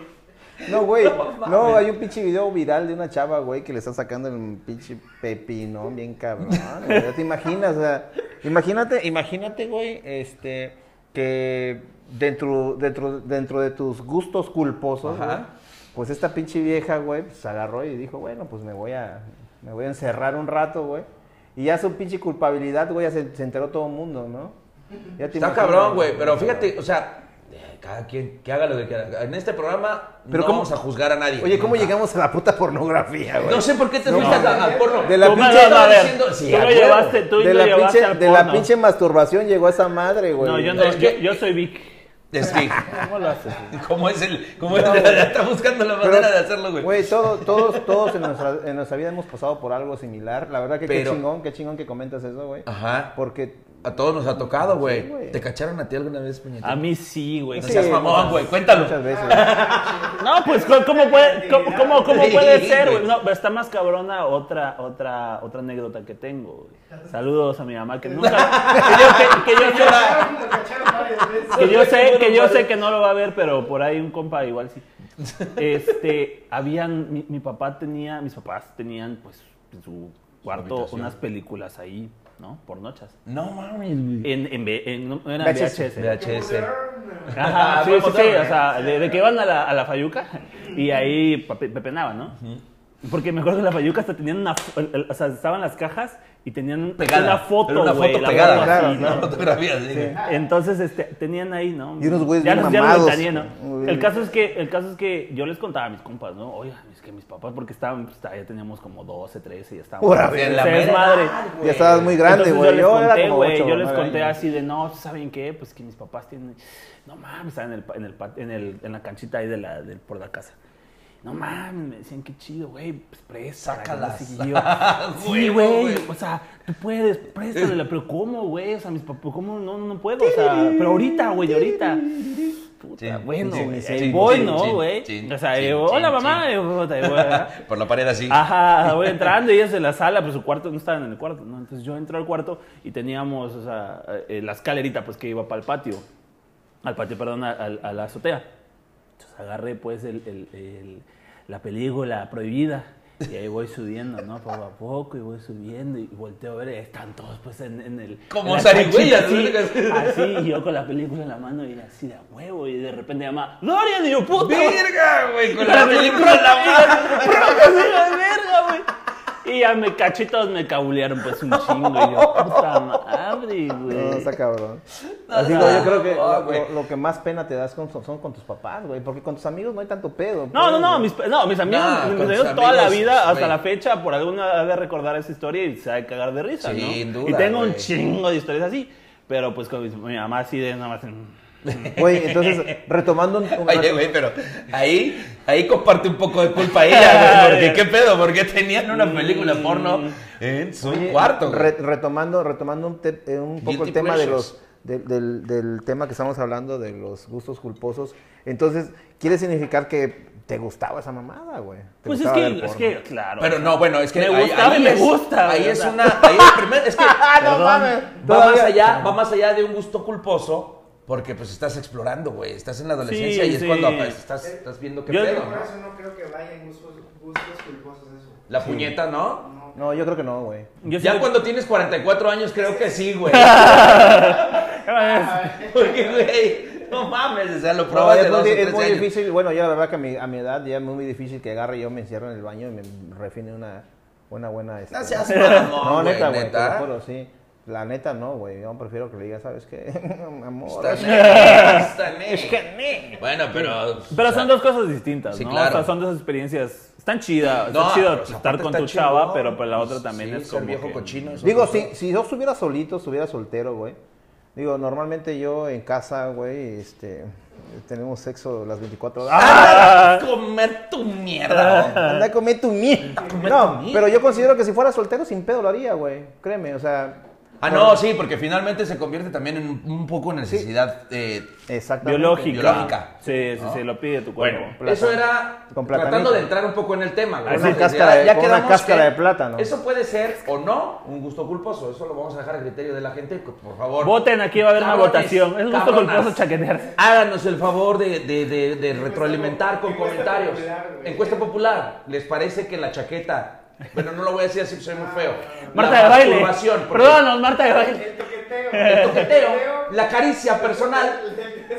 S3: No, güey.
S2: No, mames.
S3: No, hay un pinche video viral de una chava, güey, que le está sacando el pinche pepino, bien cabrón. güey. Ya te imaginas, o sea, imagínate, imagínate, güey, este, que dentro, dentro, dentro de tus gustos culposos,
S2: Ajá.
S3: güey, pues esta pinche vieja, güey, pues agarró y dijo, bueno, pues me voy a, me voy a encerrar un rato, güey. Y ya su pinche culpabilidad, güey, ya se, se enteró todo el mundo, ¿no? Ya
S2: Está
S3: te imaginas,
S2: cabrón, güey, pero fíjate, o sea, eh, cada quien que haga lo que quiera. En este programa
S3: Pero
S2: no
S3: ¿cómo-
S2: vamos a juzgar a nadie.
S3: Oye, ¿cómo
S2: nunca.
S3: llegamos a la puta pornografía, güey?
S2: No sé por qué te
S3: No,
S2: fuiste a-
S3: no.
S2: al porno.
S3: De la
S4: Tú me
S3: pinche-
S4: vas a
S2: estaba
S4: ver.
S2: diciendo- sí,
S4: tú
S2: a
S4: lo
S2: huevo.
S4: llevaste, tú
S3: de
S4: lo
S3: la,
S4: llevaste
S3: pinche,
S4: al
S3: de la
S4: porno.
S3: pinche masturbación llegó a esa madre, güey.
S4: No, yo no,
S2: Es que-
S4: yo, yo soy Vic.
S2: Es que,
S4: ¿Cómo lo haces? güey?
S2: ¿cómo es el.? ¿Cómo es
S3: güey.
S2: Está buscando la manera de hacerlo, güey.
S3: Güey, todo- todos, todos en nuestra, en nuestra vida hemos pasado por algo similar. La verdad que
S2: Pero-
S3: qué chingón, qué chingón que comentas eso, güey.
S2: Ajá.
S3: Porque
S2: A todos nos ha tocado, güey.
S3: Sí, güey.
S2: ¿Te cacharon a ti alguna vez, puñetito?
S4: A mí sí, güey.
S2: No seas
S3: Sí,
S2: mamón,
S3: muchas-
S2: güey. Cuéntalo.
S3: muchas
S2: Ah,
S3: veces.
S4: No, pues ¿cómo- cómo puede, cómo, cómo- cómo
S2: Sí,
S4: puede ser, güey.
S2: güey.
S4: No, pero está más cabrona otra, otra, otra anécdota que tengo, güey. Saludos a mi mamá que nunca. Que yo, que- que yo-
S12: Cabrón, Lo cacharon varias veces.
S4: que yo sé, que yo sé que no lo va a ver, pero por ahí un compa igual sí. Este, habían, mi, mi papá tenía, mis papás tenían, pues, en su cuarto
S2: habitación.
S4: unas películas ahí, ¿no? Por noches.
S2: No mames, güey.
S4: En, en, V- en- no, eran
S3: VHS.
S4: VHS.
S2: VHS.
S4: Ajá,
S2: Ah,
S4: sí,
S2: buen
S4: sí,
S2: botón,
S4: sí,
S2: ¿eh?
S4: o sea, de, de que iban a la, a la Fayuca y ahí pape- pepenaban, ¿no? Porque me acuerdo que en la Fayuca hasta tenían una, f- el- el- o sea, estaban las cajas y tenían
S2: Pegada.
S4: una
S2: Era
S4: foto,
S2: una
S4: güey,
S2: foto
S4: la
S2: pegada.
S4: foto
S2: claro,
S4: así,
S2: una
S4: ¿no?
S2: fotografía, sí.
S4: Entonces, este, tenían ahí, ¿no?
S3: Y unos güeyes
S4: ya
S3: bien
S4: los- ya los
S3: mamados.
S4: ventaneé, ¿no?
S3: Uy.
S4: El caso es que, el caso es que yo les contaba a mis compas, ¿no? Oye, es que mis papás, porque estaban, pues, ya teníamos como 12, 13, ya estábamos.
S3: Órale.
S4: Entonces,
S2: En la
S4: es
S2: mera
S4: madre.
S2: edad, güey.
S3: ya estabas muy grande,
S4: Entonces,
S3: güey.
S4: Yo les conté,
S3: era como
S4: güey,
S3: ocho,
S4: yo les
S3: nueve
S4: conté
S3: años.
S4: así de, no, ¿saben qué? Pues que mis papás tienen, no mames, estaban en el, pa- en el, pa- en el- en la canchita ahí de la, del- por la casa. No mames, me decían, qué chido, güey, pues préstala. que no sé
S2: Sácalas.
S4: qué". Y yo, Sí,
S2: Huevo,
S4: güey,
S2: güey.
S4: o sea, tú puedes, préstale, pero ¿cómo, güey? O sea, mis papás, ¿cómo? No, no puedo, o sea, pero ahorita, güey, ahorita. Puta,
S2: Chin,
S4: bueno,
S2: chin,
S4: güey,
S2: chin,
S4: ahí
S2: chin,
S4: voy,
S2: chin,
S4: ¿no,
S2: chin,
S4: güey?
S2: chin,
S4: O sea,
S2: chin,
S4: yo,
S2: chin,
S4: hola, mamá,
S2: chin.
S4: y, puta, y, güey,
S2: Por la pared
S4: Ah,
S2: así.
S4: Ajá, voy entrando y ellas en la sala, pero su cuarto no estaban en el cuarto, ¿no? Entonces yo entro al cuarto y teníamos, o sea, eh, la escalerita, pues que iba para el patio. Al patio, perdón, a, a- a la azotea. Entonces agarré, pues, el, el- el- la película prohibida. Y ahí voy subiendo, ¿no? Poco a poco, y voy subiendo, y volteo a ver, están todos, pues, en, en el...
S2: Como
S4: en la
S2: zarigüeyas,
S4: canchita,
S2: ¿no?
S4: así, así, y yo con la película en la mano, y así de a huevo, y de repente llama, ¡Dorian! Y yo, ¡puta!
S2: ¡Virga, güey! Con la película en la mano.
S4: la verga, güey. Y ya me caché y todos me cabulearon, pues un chingo. Y yo, puta madre,
S3: No, está
S4: güey.
S3: cabrón.
S2: No,
S3: Así
S2: no,
S3: que yo creo que
S2: no,
S3: lo-
S2: güey.
S3: lo, lo que más pena te das con, son con tus papás, güey. Porque con tus amigos no hay tanto pedo.
S4: No, no,
S3: pues,
S4: no,
S3: güey.
S4: mis, no, mis amigos,
S2: Nah,
S4: mis
S2: con tus
S4: amigos toda la
S2: amigos,
S4: vida, hasta
S2: güey.
S4: la fecha, por alguna ha de recordar esa historia y se ha de cagar de risa, ¿no?
S2: Sin duda,
S4: Y tengo un
S2: güey.
S4: chingo de historias así, pero pues con mis- mi mamá así de nada más... en-
S3: Güey, entonces, retomando un, un-
S2: Oye, güey, pero ahí, ahí comparte un poco de culpa ella, güey. Porque qué pedo, porque tenían una película
S4: Mm.
S2: porno en su
S3: Oye,
S2: cuarto, güey.
S3: re- retomando, retomando un, te- eh, un poco
S2: Guilty
S3: el tema de
S2: pleasures.
S3: los, de- del, del tema que estamos hablando, de los gustos culposos. Entonces, quiere significar que te gustaba esa mamada, güey. Te
S4: Pues es
S3: gustaba
S4: que,
S3: ver
S4: es
S3: porno.
S4: que, claro.
S2: Pero no, bueno, es que
S4: Me
S2: ahí-
S4: gustaba
S2: ahí
S4: y me
S2: es-
S4: gusta, Ah,
S2: Ahí
S4: güey,
S2: es
S4: o sea.
S2: una. Ahí es, primero, es que. perdón,
S3: mames.
S2: Va más,
S3: Todavía-
S2: allá, va más allá de un gusto culposo, porque pues estás explorando, güey. Estás en la adolescencia
S4: Sí,
S2: y es
S4: sí.
S2: cuando pues, estás, estás viendo qué
S4: Yo-
S2: pedo,
S12: Por
S2: ¿no?
S12: eso no creo que vayan gustos, gustos culposos eso.
S2: La puñeta, ¿no?
S3: No, yo creo que no, güey.
S4: Yo
S2: ya
S4: siento-
S2: cuando tienes 44 años, creo que sí, güey.
S4: Ah,
S2: Porque, güey, no mames, o sea, lo
S3: No,
S2: probas
S3: es
S2: de
S3: muy,
S2: dos o
S3: di- es
S2: tres
S3: muy
S2: años.
S3: difícil, bueno, yo la verdad que a mi, a mi edad ya es muy difícil que agarre y yo me encierro en el baño y me refine una, una buena... este-
S2: No seas mamón,
S3: No,
S2: güey,
S3: neta, güey, te
S2: neta.
S3: lo juro, sí. La neta no, güey. Yo prefiero que le diga, ¿sabes qué? Amor.
S2: Está ne- está ne- Bueno, pero.
S4: Pero
S2: o sea,
S4: son dos cosas distintas,
S2: Sí,
S4: ¿no?
S2: claro.
S4: O sea, son dos experiencias. Están chidas.
S2: No,
S4: está chido
S2: pero, o sea,
S4: estar
S2: aparte
S4: con
S2: está
S4: tu chava,
S2: chingón.
S4: pero pues la otra también
S2: Sí,
S4: es
S2: ser
S4: como.
S2: viejo
S4: que-
S2: cochino. es
S3: Digo,
S2: otra
S3: si,
S2: cosa.
S3: si yo estuviera solito, estuviera soltero, güey. Digo, normalmente yo en casa, güey, este, tenemos sexo las 24 horas. Ah,
S2: ¡Ah! Comer tu mierda.
S3: Anda a comer tu mierda. No, pero yo considero que si fuera soltero, sin pedo lo haría, güey. Créeme, o sea.
S2: Ah, no, sí, porque finalmente se convierte también en un- un poco en necesidad. eh,
S3: Exactamente.
S4: Biológica.
S2: Biológica.
S4: Sí, sí,
S2: ¿No?
S4: sí, lo pide tu cuerpo.
S2: bueno, eso era
S3: Con platanito.
S2: tratando de entrar un poco en el tema. güey.
S3: Con una
S2: Ya
S3: cáscara de- con una
S2: quedamos
S3: cáscara
S2: que
S3: de plátano.
S2: Eso puede ser o no un gusto culposo. Eso lo vamos a dejar a criterio de la gente. Por favor.
S4: Voten, aquí va a haber una
S2: Cabrones,
S4: votación. Es un gusto
S2: cabronas.
S4: culposo chaquetearse.
S2: Háganos el favor de, de- de- de retroalimentar con comentarios.
S12: popular, güey.
S2: encuesta popular. ¿Les parece que la chaqueta? Bueno, no lo voy a decir así, soy muy feo.
S4: Marta de
S2: la
S4: baile.
S2: masturbación, porque
S4: Perdónanos, Marta de baile.
S12: El toqueteo.
S2: El toqueteo, la caricia personal.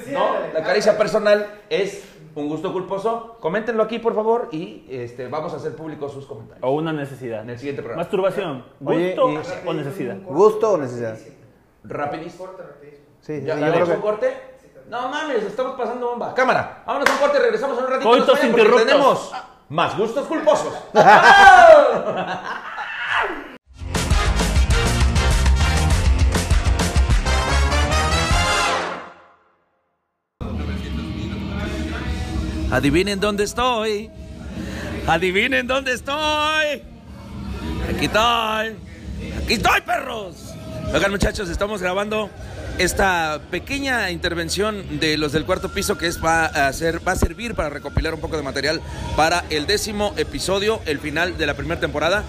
S2: ¿No? La caricia personal es un gusto culposo. Coméntenlo aquí, por favor, y este, vamos a hacer públicos sus comentarios.
S4: O una necesidad.
S2: En el siguiente programa.
S4: Masturbación.
S3: Oye,
S4: ¿Gusto
S3: y-
S4: o necesidad?
S3: ¿Gusto o necesidad?
S2: Rapidísimo.
S3: Sí, sí,
S2: ¿Ya
S3: sí,
S2: ya
S3: yo creo
S2: vamos a
S3: que-
S2: un corte? No mames, estamos pasando bomba. Cámara, vámonos a un corte, regresamos en un ratito.
S4: Coitos
S2: No se vayan porque
S4: interruptos.
S2: Tenemos más gustos culposos. Adivinen dónde estoy. Adivinen dónde estoy. Aquí estoy. Aquí estoy, perros. Oigan, muchachos, estamos grabando esta pequeña intervención de los del cuarto piso que es va a hacer, va a servir para recopilar un poco de material para el décimo episodio, el final de la primera temporada.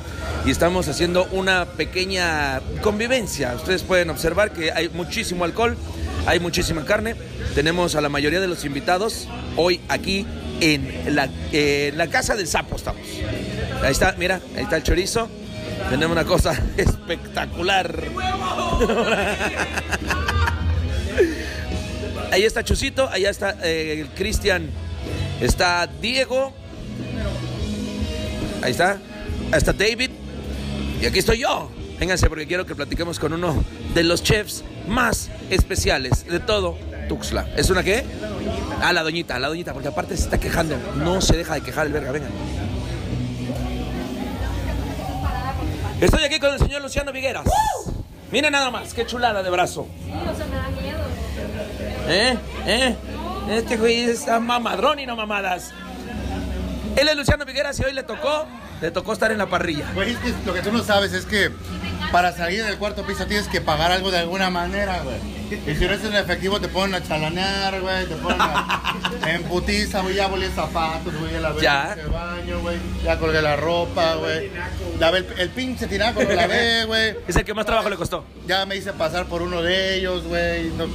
S2: Y estamos haciendo una pequeña convivencia. Ustedes pueden observar que hay muchísimo alcohol, hay muchísima carne. Tenemos a la mayoría de los invitados hoy aquí en la, en la casa del sapo estamos. Ahí está, mira, ahí está el chorizo. Tenemos una cosa espectacular. Ahí está Chusito, allá está eh, el Cristian, está Diego, ahí está, ahí está David, y aquí estoy yo. Vénganse porque quiero que platiquemos con uno de los chefs más especiales de todo Tuxtla. ¿Es una qué? Ah, la doñita, la doñita, porque aparte se está quejando. No se deja de quejar el verga, vengan. Estoy aquí con el señor Luciano Vigueras. Miren nada más, qué chulada de brazo.
S11: Sí, o sea, me da miedo.
S2: ¿Eh? ¿Eh? Este güey está mamadrón y no mamadas. Él es Luciano Vigueras y hoy le tocó, le tocó estar en la parrilla.
S13: Güey, es que lo que tú no sabes es que para salir del cuarto piso tienes que pagar algo de alguna manera, güey. Y si no es en efectivo te ponen a chalanear, güey, te ponen a... En putiza, güey, ya volé zapatos, güey, ya lavé
S2: Ya.
S13: el baño, güey, ya colgué la ropa, güey. Lavé el, el pinche tinaco, lo lavé, güey.
S2: Es el que más trabajo le costó.
S13: Ya me hice pasar por uno de ellos, güey. No,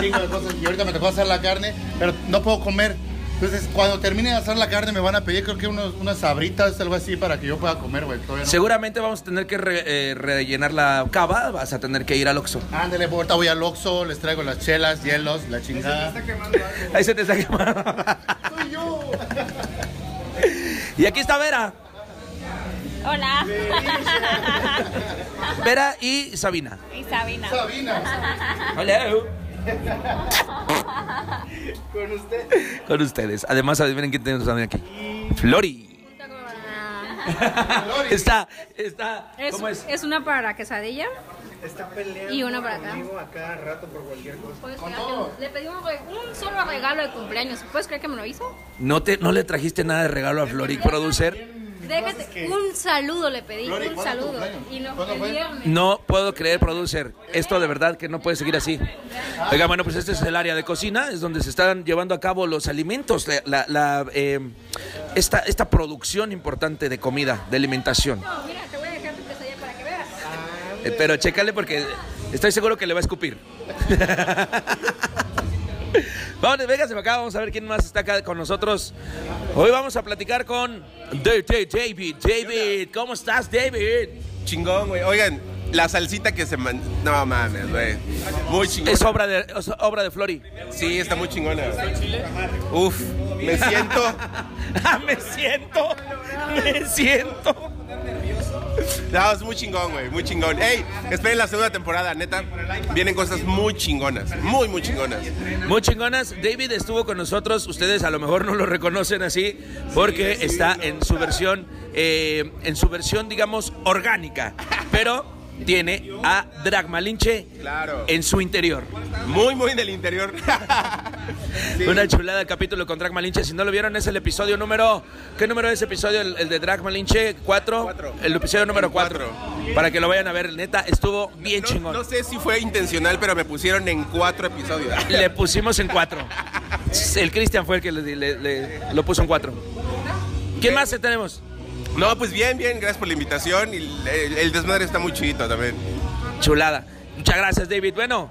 S13: chingo de cosas. Y ahorita me tocó hacer la carne, pero no puedo comer. Entonces, cuando termine de hacer la carne, me van a pedir, creo que unos- unas sabritas, algo así, para que yo pueda comer, güey. Todavía no-
S2: Seguramente vamos a tener que re- eh, rellenar la cava, vas a tener que ir al Oxxo.
S13: Ándale, pues, ahorita voy al Oxxo, les traigo las chelas, hielos, la chingada.
S2: Ahí se te está quemando.
S13: Soy yo.
S2: Y aquí está Vera.
S11: Hola.
S2: Vera y Sabina.
S11: Y Sabina.
S13: Sabina.
S2: Hello. Con ustedes. Además, adivinen quién tenemos también aquí. Flori. Está, está.
S11: Es,
S2: ¿Cómo es?
S11: es una para quesadilla.
S12: Está peleando
S11: Y uno para acá.
S12: conmigo a cada rato por cualquier cosa.
S11: ¿Puedes creer que Le pedí un, re- un solo regalo de cumpleaños. ¿Puedes creer que me lo hizo?
S2: No, te, no le trajiste nada de regalo a Flori, producer.
S11: Déjate, un saludo le pedí,
S13: Flori,
S11: un
S13: ¿cuándo es tu
S11: saludo.
S13: cumpleaños?
S11: Y no,
S13: ¿Cuándo
S11: el
S13: fue?
S11: viernes.
S2: No puedo creer, producer. Esto de verdad que no puede seguir así. Oiga, bueno, pues este es el área de cocina, es donde se están llevando a cabo los alimentos, la, la- la, eh, esta, esta producción importante de comida, de alimentación.
S11: No, mira, te voy a dejar tu quesadilla para que veas.
S2: Eh, Pero chécale porque estoy seguro que le va a escupir. Vamos, véngase para acá, vamos a ver quién más está acá con nosotros. Hoy vamos a platicar con Da- Da- David. David, ¿cómo estás, David?
S8: Chingón, güey. Oigan, la salsita que se man... No mames, güey. Muy chingón.
S2: Es obra de, es obra de Flori.
S8: Sí, está muy chingona. Uf, me siento.
S2: me siento, me siento.
S8: No, es muy chingón, güey, muy chingón. Ey, esperen la segunda temporada, neta. Vienen cosas muy chingonas, muy, muy chingonas.
S2: Muy chingonas. David estuvo con nosotros. Ustedes a lo mejor no lo reconocen así porque está en su versión, eh, en su versión, digamos, orgánica. Pero tiene a Dragmalinche en su interior.
S8: Muy, muy del interior.
S2: Una chulada el capítulo con Dragmalinche. Si no lo vieron, es el episodio número. ¿Qué número es ese episodio? El, el de Dragmalinche 4. El episodio número 4. Para que lo vayan a ver, neta, estuvo bien chingón.
S8: No sé si fue intencional, pero me pusieron en cuatro episodios.
S2: Le pusimos en 4. El Cristian fue el que le- le- le- lo puso en 4. ¿Quién más tenemos?
S8: No, pues bien, bien, gracias por la invitación. Y el, el desmadre está muy chido también.
S2: Chulada. Muchas gracias, David. Bueno,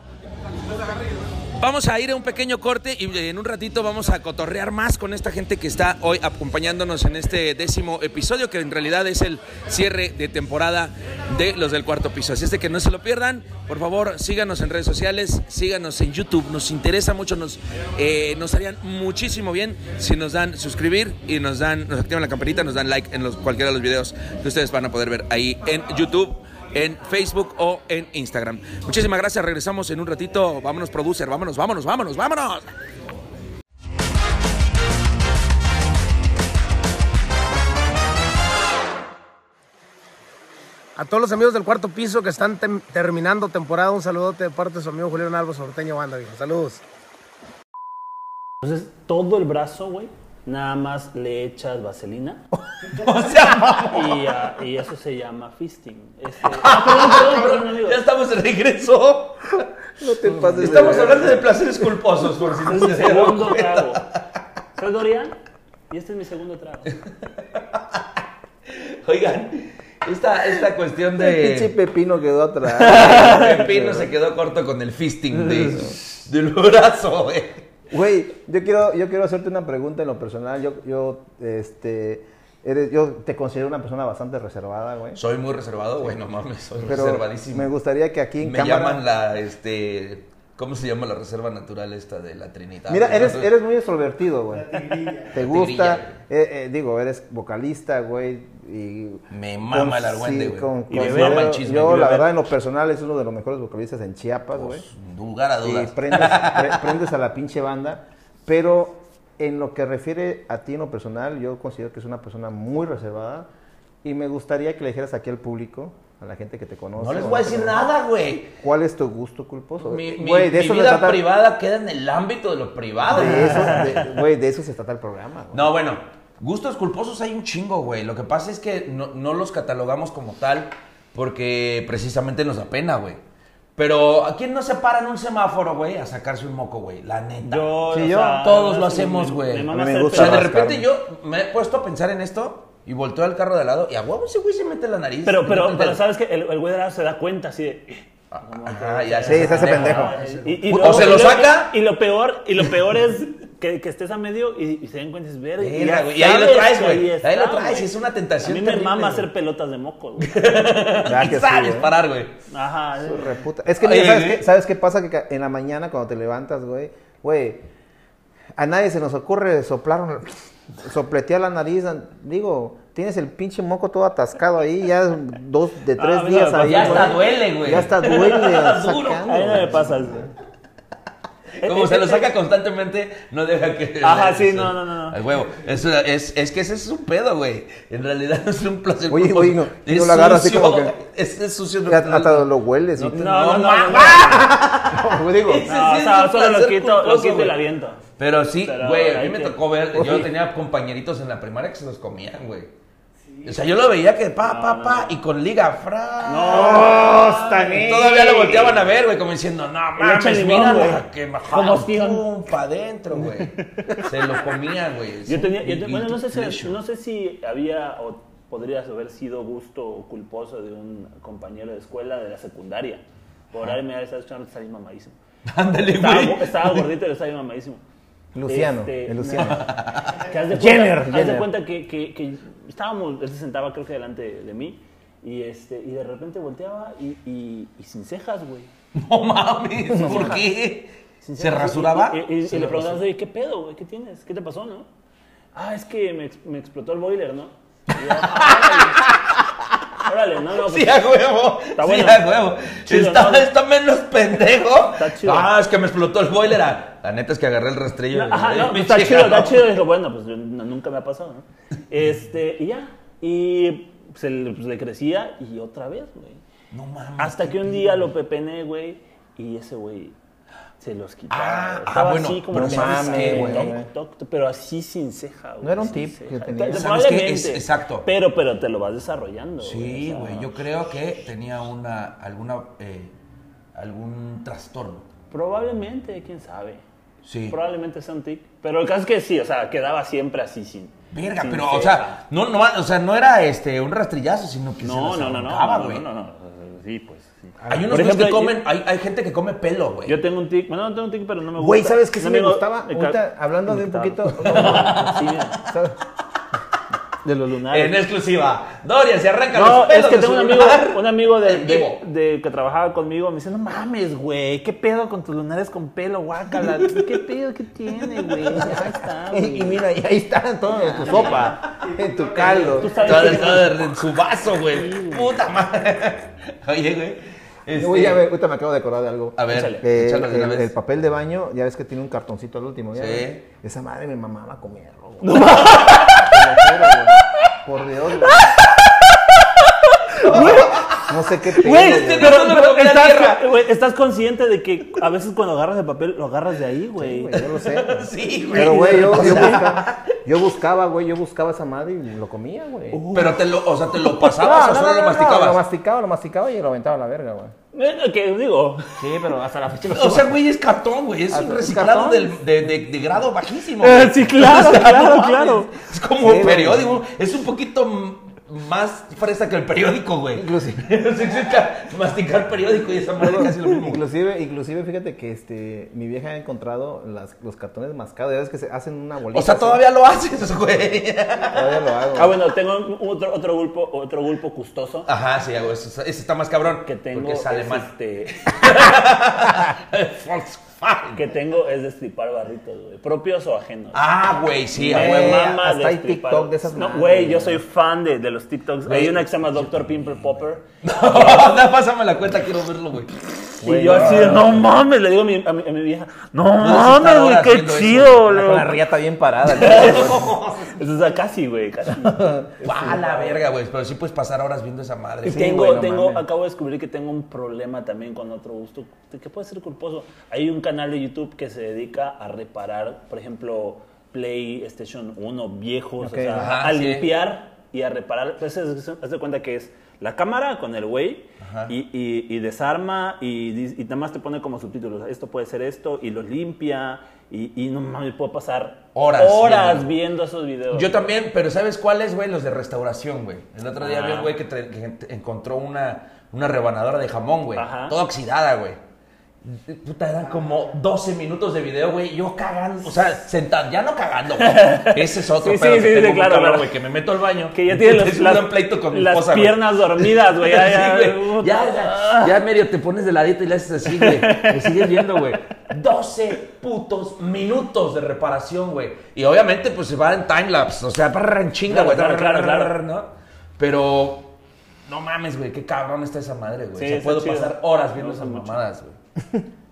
S2: vamos a ir a un pequeño corte y eh, en un ratito vamos a cotorrear más con esta gente que está hoy acompañándonos en este décimo episodio, que en realidad es el cierre de temporada de los del cuarto piso. Así es de que no se lo pierdan. Por favor, síganos en redes sociales, síganos en YouTube. Nos interesa mucho, nos, eh, nos harían muchísimo bien si nos dan suscribir y nos dan, nos activan la campanita, nos dan like en los, cualquiera de los videos que ustedes van a poder ver ahí en YouTube en Facebook o en Instagram. Muchísimas gracias, regresamos en un ratito. Vámonos, producer, vámonos, vámonos, vámonos, vámonos.
S14: A todos los amigos del cuarto piso que están tem- terminando temporada, un saludote de parte de su amigo Julián Alba Norteño Banda, viejo. Saludos.
S4: Entonces, todo el brazo, güey, nada más le echas vaselina. y, ah, y eso se llama fisting. Este- Ah, perdón, perdón, perdón, amigo.
S2: Ya estamos de regreso.
S4: No te pases.
S2: Estamos hablando de placeres culposos, por si no se dieron
S4: segundo
S2: cuenta.
S4: trago. Soy Dorian y este es mi segundo trago.
S2: Oigan, esta, esta cuestión
S3: El pinche
S2: de...
S3: pepino quedó atrás.
S2: Pepino se quedó corto con el fisting de, del brazo, eh. güey.
S3: Güey, yo quiero, yo quiero hacerte una pregunta en lo personal. Yo, yo, este, eres, yo te considero una persona bastante reservada, güey.
S2: Soy muy reservado, güey, no mames, soy
S3: Pero
S2: reservadísimo.
S3: me gustaría que aquí en
S2: Me
S3: cámara-
S2: llaman la, este... ¿Cómo se llama la reserva natural esta de la Trinidad?
S3: Mira, eres,
S2: ¿No?
S3: eres muy extrovertido, güey. Te
S2: Tigrilla.
S3: gusta, eh, eh, digo, eres vocalista, güey. Y
S2: Me mama el argüende, güey.
S3: con-
S2: Y me
S3: considero-
S2: mama el chisme.
S3: Yo, la
S2: Beber.
S3: verdad, en lo personal, es uno de los mejores vocalistas en Chiapas, güey.
S2: Pues, Sin lugar a dudas.
S3: Y prendes, pre- prendes a la pinche banda. Pero en lo que refiere a ti en lo personal, yo considero que es una persona muy reservada. Y me gustaría que le dijeras aquí al público, a la gente que te conoce.
S2: No les
S3: o
S2: voy a
S3: te
S2: decir
S3: conoce,
S2: nada, güey.
S3: ¿Cuál es tu gusto culposo?
S2: Mi, mi-
S3: Güey, de
S2: mi
S3: eso se
S2: vida
S3: trata-
S2: privada queda en el ámbito de lo privado.
S3: De eso, de- güey, de eso se trata el programa. güey.
S2: No, bueno, gustos culposos hay un chingo, güey. Lo que pasa es que no, no los catalogamos como tal porque precisamente nos da pena, güey. Pero ¿a quién no se para en un semáforo, güey, a sacarse un moco, güey? La neta.
S4: Yo, Sí, o yo. sea,
S2: Todos lo
S4: no sé,
S2: hacemos,
S4: me-
S2: güey.
S4: me
S2: O
S4: mama
S2: sea,
S4: hacer
S2: de
S4: pedo.
S2: repente yo me he puesto a pensar en esto y volteo al carro de al lado y a huevo ese güey se mete la nariz.
S4: Pero, pero,
S2: Mete
S4: pero
S2: el- Ah,
S4: sabes que el, el güey de lado se da cuenta así de.
S2: Ajá, ya Ah,
S3: Sí, se hace pendejo.
S4: Y, y
S2: O
S4: luego-
S2: se lo
S4: y luego-
S2: saca.
S4: Y lo peor, y lo peor es que, que estés a medio y, y se den cuenta y dices, verga.
S2: Verga,
S4: ya
S2: güey, y ahí lo
S4: sabes
S2: traes,
S4: que
S2: güey,
S4: está,
S2: ahí lo traes,
S4: güey.
S2: es una tentación
S4: A mí me
S2: terrible,
S4: mama
S2: güey.
S4: hacer pelotas de moco, güey.
S3: Ya que sí,
S2: sabes
S3: güey.
S2: parar, güey.
S4: Ajá.
S3: Su reputa. Es que,
S2: Oye,
S3: mira, ¿sabes,
S2: güey.
S3: qué, ¿sabes qué pasa? Que ca- en la mañana cuando te levantas, güey, güey, a nadie se nos ocurre soplar, un- sopletear la nariz. Digo, tienes el pinche moco todo atascado ahí, ya dos de tres
S4: a mí no
S3: días
S4: me
S3: ahí.
S4: pasa.
S2: Ah, Ya hasta duele, güey.
S3: Ya hasta duele.
S2: Duro.
S3: sacando,
S4: Ahí no me
S3: güey.
S4: pasa eso.
S2: Como se lo saca constantemente, no deja que.
S4: Ajá, sí, no, no, no, no.
S2: Al huevo. Eso es, es que ese es un pedo, güey. En realidad no es un placer.
S3: Oye,
S2: culposo.
S3: oye, no,
S2: Es
S3: no lo agarras así
S2: sucio,
S3: como que-
S2: Es, es sucio.
S3: Ya hasta lo hueles. y-
S2: te-
S4: No, no, no.
S2: ma-
S4: no, no.
S3: güey, digo,
S2: Ese sí
S4: No, o
S2: es
S4: sea,
S2: un
S4: solo lo
S2: placer
S4: quito, lo
S2: culposo,
S4: quito y
S2: güey.
S4: la aviento.
S2: Pero sí,
S4: Pero
S2: güey, a mí
S4: ahí
S2: me
S4: te-
S2: tocó ver. Yo
S3: Oye.
S2: tenía compañeritos en la primaria que se los comían, güey. O sea, yo lo veía que pa, pa, pa, y con liga, fra.
S5: ¡Oh, está bien!
S2: Todavía lo volteaban a ver, güey, como diciendo, no
S4: Le echan
S2: mames,
S4: limón,
S2: mira
S4: güey.
S2: la que me
S4: Como
S2: jala,
S4: fijan.
S2: pum, pa' adentro, güey. Se lo comían, güey.
S4: Yo tenía, yo
S2: Y-
S4: te-
S2: y-
S4: bueno, no sé, si,
S2: pleasure.
S4: no sé si había o podría haber sido gusto o culposo de un compañero de escuela de la secundaria. Por ahí me estaba escuchando, estaba bien mamadísimo.
S2: Ándale,
S4: Estaba,
S2: güey.
S4: go- estaba gordito, y estaba bien mamadísimo.
S3: Luciano,
S4: Este,
S3: el Luciano.
S4: que haz de cuenta,
S3: Jenner,
S4: haz de
S3: Jenner.
S4: cuenta que, que- que estábamos, él se sentaba creo que delante de mí y, este, y de repente volteaba y, y- y sin cejas, güey.
S2: No mames, ¿por qué?
S4: Sin
S2: ¿Se
S4: cejas.
S2: rasuraba?
S4: Y, y- y
S2: Se
S4: le
S2: lo
S4: preguntabas,
S2: rasuró.
S4: oye, ¿qué pedo, güey? ¿Qué tienes? ¿Qué te pasó, no? Ah, es que me, ex- me explotó el boiler, ¿no? Y yo, "Ah, órale, Órale, no, no, no,
S2: Sí,
S4: pues,
S2: a huevo.
S4: Está
S2: sí,
S4: bueno.
S2: a huevo.
S4: Chido,
S2: está,
S4: ¿no?
S2: está menos pendejo.
S4: Está chido.
S2: Ah, es que me explotó el boiler. Ah, La neta es que agarré el rastrillo.
S4: No, ajá,
S2: Ay,
S4: no,
S2: pinche
S4: está chido, está
S2: jalón.
S4: chido. Dijo, bueno, pues yo- no- nunca me ha pasado, ¿no? Este, y ya. Y se le, pues, le crecía y otra vez, güey.
S2: No mames.
S4: Hasta que un día lo pepené, güey, y ese güey se los quitaba.
S2: Ah,
S4: güey. Estaba
S2: ah, bueno,
S4: así como
S2: pero
S4: de
S2: ¿sabes
S4: mame,
S2: qué,
S4: güey,
S2: güey?
S4: toc, toc, pero así sin ceja, güey.
S2: No era un
S4: sin
S2: tip que
S4: ceja.
S2: tenía. ¿Sabes qué?
S4: Probablemente,
S2: Es- exacto.
S4: Pero, pero te lo vas desarrollando.
S2: Sí,
S4: o sea,
S2: güey, yo creo que tenía una, alguna, eh, algún trastorno.
S4: Probablemente, quién sabe.
S2: Sí.
S4: Probablemente sea un tic. Pero el caso es que sí, o sea, quedaba siempre así sin.
S2: Verga,
S4: sin
S2: pero, o
S4: ceja.
S2: sea, no, no, o sea, no era este, un rastrillazo, sino que se
S4: No,
S2: las
S4: no, no, no,
S2: arrancaba,
S4: no,
S2: güey.
S4: no, no, no. Sí, pues. sí.
S2: Hay unos güeyes
S4: Por ejemplo,
S2: que
S4: yo-
S2: comen, hay, hay gente que come pelo, güey.
S4: Yo tengo un tic, bueno, no tengo un tic, pero no me gusta.
S3: Güey, ¿sabes qué sí
S4: No
S3: me
S4: gu-
S3: gustaba?
S2: eh,
S4: me
S3: Ahorita,
S4: ca-
S3: hablando
S4: me
S3: de un
S4: gustaba.
S3: poquito...
S4: Sí,
S3: ¿sabes?
S4: de los lunares.
S2: En exclusiva, Dorian se arranca los
S4: No,
S2: pelos
S4: es que
S2: de
S4: tengo un
S2: su
S4: amigo,
S2: lunar.
S4: un amigo de,
S2: en
S4: de-
S2: vivo.
S4: de- que trabajaba conmigo, me dice, no mames, güey, ¿qué pedo con tus lunares con pelo, guácala? ¿Qué pedo que tiene, güey? Ya está, güey.
S3: Y, y mira, y ahí están todos en
S2: Ah.
S3: tu sopa, en tu caldo.
S4: Tú sabes
S2: Todo-
S4: que-
S2: todo en su vaso, güey. Puta madre. Oye, güey. este,
S3: Uy, ya ve, ahorita me acabo de acordar de algo.
S2: A ver,
S3: Échale.
S2: échale,
S3: Eh,
S2: échalo de una
S3: el,
S2: vez.
S3: el papel de baño, ya ves que tiene un cartoncito al último. ¿ya
S2: Sí.
S3: ves? Esa madre me mamaba comerlo. güey. Te lo juro, güey. Por Dios, güey. No sé qué pedo,
S4: Güey,
S3: güey.
S4: pero,
S2: no lo
S4: pero
S2: comí la tierra.
S4: estás, güey, estás consciente de que a veces cuando agarras el papel, lo agarras de ahí, güey.
S3: Güey, Yo lo sé. güey.
S2: Sí, güey.
S3: Pero, güey, yo, yo buscaba, yo buscaba, güey, yo buscaba esa madre y lo comía, güey.
S2: Pero te lo, o sea, te lo pasabas o solo lo masticabas.
S3: lo masticaba, lo masticaba y lo aventaba a la verga, güey.
S4: Bueno, Eh, que digo,
S3: Sí, pero hasta la fecha
S2: o sea, güey, es cartón, güey. Es
S3: Ah,
S2: un
S3: ¿es
S2: reciclado
S3: cartón?
S2: del- de, de- de grado bajísimo.
S4: Eh,
S2: güey.
S4: sí, claro,
S2: O sea,
S4: claro,
S2: no mames.
S4: claro.
S2: Es como
S3: Sí,
S2: un
S3: güey.
S2: periódico. Es un poquito m- más fresa que el periódico, güey. Inclusive. masticar periódico y esa madre casi lo mismo. güey.
S3: Inclusive, inclusive, fíjate que este, mi vieja ha encontrado las- los cartones mascados. Ya ves que se hacen una bolita.
S2: O sea,
S3: así.
S2: todavía lo haces, güey.
S3: Todavía lo hago.
S4: Ah, bueno, tengo un- otro, otro gulpo, otro gulpo gustoso
S2: Ajá, sí, güey. Ese ese está más cabrón.
S4: que tengo.
S2: Porque es alemán.
S4: este,
S2: Volkswagen.
S4: que tengo es destripar barritos, güey. Propios o ajenos.
S2: Ah, güey, sí, a
S4: Me
S2: huevo. Ah,
S4: mama
S3: hasta hay
S4: destripar.
S3: TikTok de esas
S4: No,
S3: madres,
S4: güey, yo
S3: güey.
S4: soy fan de, de los TikToks.
S2: Güey.
S4: Hay una que se llama Dr. Pimple Popper.
S2: Anda, pásame la cuenta, quiero verlo, güey.
S4: y yo así, de, no mames, le digo a mi, a mi, a mi vieja, no
S2: estar
S4: mames, güey,
S2: ahora
S4: qué
S2: haciendo eso,
S4: chido,
S3: Con
S4: loco".
S3: la riata bien parada. güey.
S4: Eso está casi, güey, casi.
S2: A la verga, güey. Pero sí puedes pasar horas viendo esa madre.
S4: Y
S2: Sí,
S4: tengo,
S2: güey, no
S4: tengo,
S2: mames.
S4: acabo de descubrir que tengo un problema también con otro gusto, que puede ser culposo. Hay un canal de YouTube que se dedica a reparar, por ejemplo, PlayStation 1 viejos,
S3: Ok.
S4: o sea,
S2: Ajá,
S4: a
S2: sí.
S4: limpiar y a reparar. Entonces, haz de cuenta que es la cámara con el güey y, y- y desarma y, dis- y nada más te pone como subtítulos, esto puede ser esto, y lo limpia y, y no mames, puedo pasar
S2: Horas viéndolo.
S4: horas viendo esos videos.
S2: Yo también, pero ¿sabes cuáles, güey? Los de restauración, güey. El otro día
S4: Ah.
S2: vi un güey que, tra- que ent- encontró una, una rebanadora de jamón, güey.
S4: Ajá.
S2: Toda oxidada, güey. Puta, eran como 12 minutos de video, güey. Yo cagando, o sea, sentado, ya no cagando, güey. Ese es otro
S4: Sí, sí,
S2: pedo que
S4: sí, sí,
S2: tengo muy
S4: claro,
S2: cabrón,
S4: claro.
S2: güey. Que me meto al baño.
S4: Que ya tiene
S2: y
S4: las,
S2: es un
S4: las-
S2: gran pleito con mi
S4: las
S2: esposa, güey.
S4: piernas dormidas, güey. Ya,
S2: Sí,
S4: ya,
S2: güey.
S4: puta.
S2: Ya, ya, ya medio te pones de ladito y le haces así, güey. Te sigues viendo, güey. 12 putos minutos de reparación, güey. Y obviamente, pues se va en timelapse. O sea, para en chinga,
S4: Claro,
S2: güey.
S4: claro, claro, claro.
S2: ¿no? Pero no mames, güey. Qué cabrón está esa madre, güey.
S4: Sí,
S2: o sea,
S4: está
S2: puedo
S4: chido.
S2: pasar horas viendo
S4: Me gusta
S2: esas
S4: mucho.
S2: mamadas, güey.